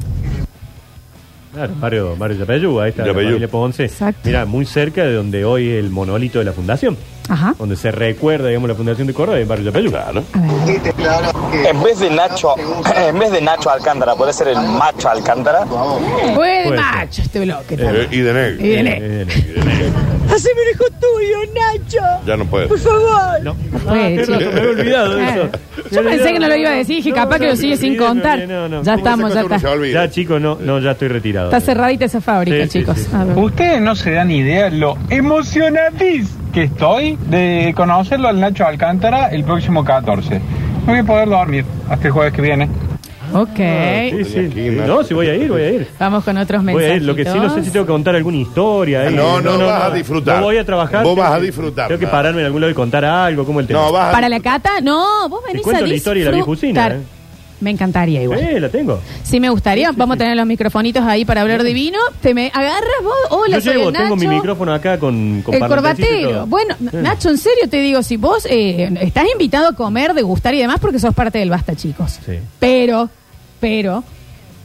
S4: Claro, Mario, Mario Yapeyú, ahí está, la
S3: Yapeyú.
S4: familia Ponce. Mira, muy cerca de donde hoy es el monolito de la fundación.
S2: Ajá.
S4: Donde se recuerda, digamos, la fundación de Córdoba y Mario Yapeyú. Claro.
S13: En vez de Nacho, en vez de Nacho Alcántara, puede ser el macho Alcántara.
S2: Fue de
S13: Puede ser.
S2: macho este bloque
S3: Eh,
S2: también.
S3: y de negro.
S2: Y de negro.
S4: eh.
S2: [LAUGHS]
S5: Haceme el hijo tuyo, Nacho.
S3: Ya no puede.
S5: Por favor.
S4: Ah,
S5: No.
S2: Fue,
S5: qué
S2: chico.
S5: razón, me había olvidado de
S2: Claro.
S5: eso.
S2: Ah. Yo pensé que no lo iba a decir, dije, capaz que lo sigue sin contar. ya estamos, ya está.
S4: Ya, chicos, no, no, ya estoy retirado.
S2: Está cerradita esa fábrica,
S4: Sí, sí,
S2: chicos.
S4: sí, sí.
S2: A ver.
S11: Ustedes no se dan idea lo emocionadís que estoy de conocerlo al Nacho Alcántara el próximo 14. No voy a poder dormir hasta el jueves que viene.
S2: Ok.
S4: Ah,
S2: ¿eh?
S4: Sí, sí. No, si voy a ir, voy a ir.
S2: Vamos con otros
S4: Voy a
S2: mensajes.
S4: ir. Lo que sí, no sé si tengo que contar alguna historia. ahí.
S3: No, no, vas a disfrutar.
S4: No voy a trabajar.
S3: Vos
S4: tengo
S3: vas a
S4: que-
S3: disfrutar,
S4: Tengo que
S3: nada.
S4: pararme en algún lado y contar algo, como el tema.
S3: No, vas
S2: Para la cata, no, vos venís
S4: cuento
S2: a
S4: la historia de la viejucina,
S2: disfrutar.
S4: eh.
S2: Me encantaría igual.
S4: Eh, la tengo.
S2: Sí, me gustaría. Vamos a tener los microfonitos ahí para hablar de vino. Te me agarras vos. Hola,
S4: Yo
S2: soy
S4: llevo,
S2: el
S4: tengo
S2: Nacho.
S4: mi micrófono acá con, con
S2: el
S4: parlantecito y todo.
S2: corbatero. Bueno,
S4: Sí.
S2: Nacho, en serio te digo, si vos eh, estás invitado a comer, degustar y demás, porque sos parte del basta, chicos.
S4: Sí.
S2: Pero, pero,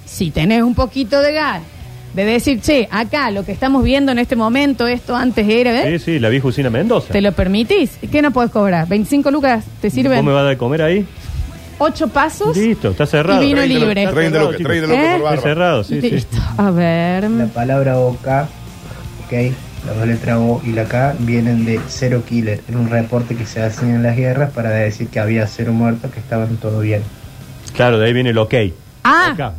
S2: si tenés un poquito de gas, de decir, che, acá lo que estamos viendo en este momento, esto antes era, ¿eh?
S4: Sí, sí, la viejucina Mendoza.
S2: ¿te lo permitís? ¿Qué no podés cobrar? ¿25 lucas te
S4: ¿Vos me
S2: sirven?
S4: vas a dar de comer ahí?
S2: ¿Ocho pasos?
S4: Listo, está cerrado.
S2: Y vino
S4: 30
S2: libre.
S4: lucas,
S2: 30
S4: está
S2: lucas,
S4: cerrado,
S2: 30
S4: chicos.
S2: lucas por barba.
S4: Está cerrado, sí, sí.
S2: Listo. A ver.
S16: La palabra OCA, ok, la dos letras O y la K vienen de Zero Killer. Era un reporte que se hacía en las guerras para decir que había cero muertos, que estaban todo bien.
S4: Claro, de ahí viene el ok.
S2: Ah,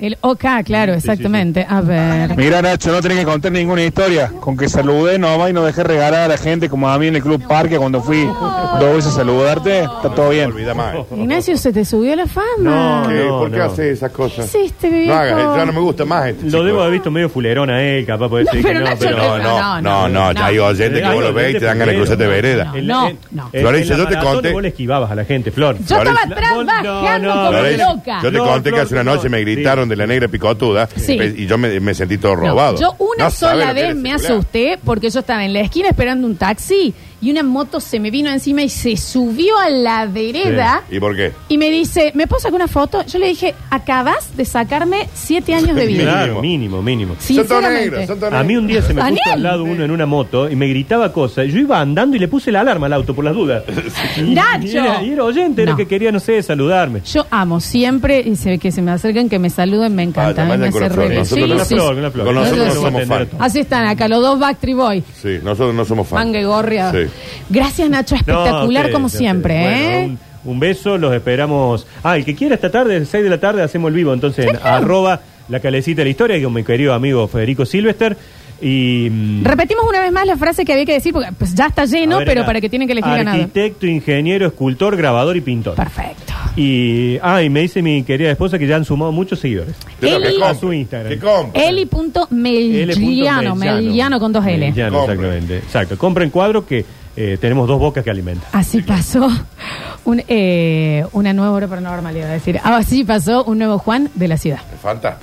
S2: el OK, claro, exactamente. A ver.
S17: Mira Nacho, no tenés que contar ninguna historia. Con que saludé nomás y no dejé regalar a la gente como a mí en el Club Parque cuando fui dos veces a saludarte, está todo bien.
S2: Ignacio, se te subió la fama.
S3: No,
S4: No, no,
S3: Eh, ¿Por qué
S4: no.
S3: hace esas cosas?
S2: ¿Qué hiciste, viejo?
S3: No hagas, ya no me gusta más este
S4: Lo
S3: chico.
S4: debo haber visto medio fulerón a él, capaz puede
S2: No,
S4: decir que
S2: pero
S4: no,
S2: Nacho,
S4: pero...
S2: no,
S3: No, no, no, ya hay oyentes que vos lo ves y te dan ganas de cruzarte de vereda.
S2: No, no.
S4: Eh,
S3: Florencia,
S4: en la
S3: yo te
S4: maratón
S3: conté-
S4: Vos le esquivabas a la gente, Flor.
S2: Yo estaba
S4: Florencia-
S2: trabajando
S4: no,
S2: como
S3: Florencia,
S2: loca.
S3: Yo te
S4: No,
S3: conté que
S4: Flor,
S3: hace una
S4: no.
S3: noche me gritaron de la negra picotuda
S2: Sí.
S3: pe- y yo me, me sentí todo
S2: No,
S3: robado.
S2: Yo una
S3: No sabe
S2: sola
S3: lo que
S2: vez
S3: era
S2: me
S3: ese celular.
S2: asusté porque yo estaba en la esquina esperando un taxi y una moto se me vino encima y se subió a la vereda
S3: Sí. ¿Y por qué?
S2: y me dice, ¿me puedo sacar una foto? Yo le dije, acabas de sacarme siete años de vida.
S4: Claro, mínimo, mínimo.
S2: Son todos Sinceramente. negros, son todos
S4: A mí un día se me
S2: Daniel.
S4: puso al lado uno en una moto y me gritaba cosas. Yo iba andando y le puse la alarma al auto por las
S2: [LAUGHS]
S4: dudas. Y-
S2: ¡Nacho!
S4: Y era, y era oyente, era que quería, no sé, saludarme.
S2: Yo amo siempre y se- que se me acerquen, que me saluden, me encanta. a mí me
S3: Vayan con
S2: hace
S3: Ah, la flor.
S2: re bien.
S3: Nosotros
S2: Sí,
S3: no-
S2: sí, sí.
S3: con la flor. Con nosotros no somos fan.
S2: Así están acá, los dos Backstreet Boy.
S3: Sí, nosotros no somos fans.
S2: Manga y gorria.
S3: Sí.
S2: Gracias, Nacho. Espectacular
S4: No,
S2: como
S4: ustedes,
S2: siempre,
S4: ustedes.
S2: ¿eh?
S4: Bueno, un, un beso, los esperamos. Ah, el que quiera esta tarde, 6 de la tarde, hacemos el vivo. Entonces, en arroba la calecita de la historia con mi querido amigo Federico Silvester. Y. mm,
S2: Repetimos una vez más la frase que había que decir, porque pues, ya está lleno,
S4: a ver,
S2: pero
S4: era
S2: para que tienen que elegir ganador.
S4: Arquitecto, ingeniero, escultor, grabador y pintor.
S2: Perfecto.
S4: Y. Ah, y me dice mi querida esposa que ya han sumado muchos seguidores.
S2: Pero que Eli- compre,
S4: a su Instagram.
S2: Eli.meliano, Meliano con dos L.
S4: Meliano, exactamente. Exacto. Compren cuadro que eh, tenemos dos bocas que alimentan.
S2: Así pasó Ah, un, eh, una nueva hora paranormal, iba a decir. Así pasó un nuevo Juan de la ciudad.
S3: Fantástico.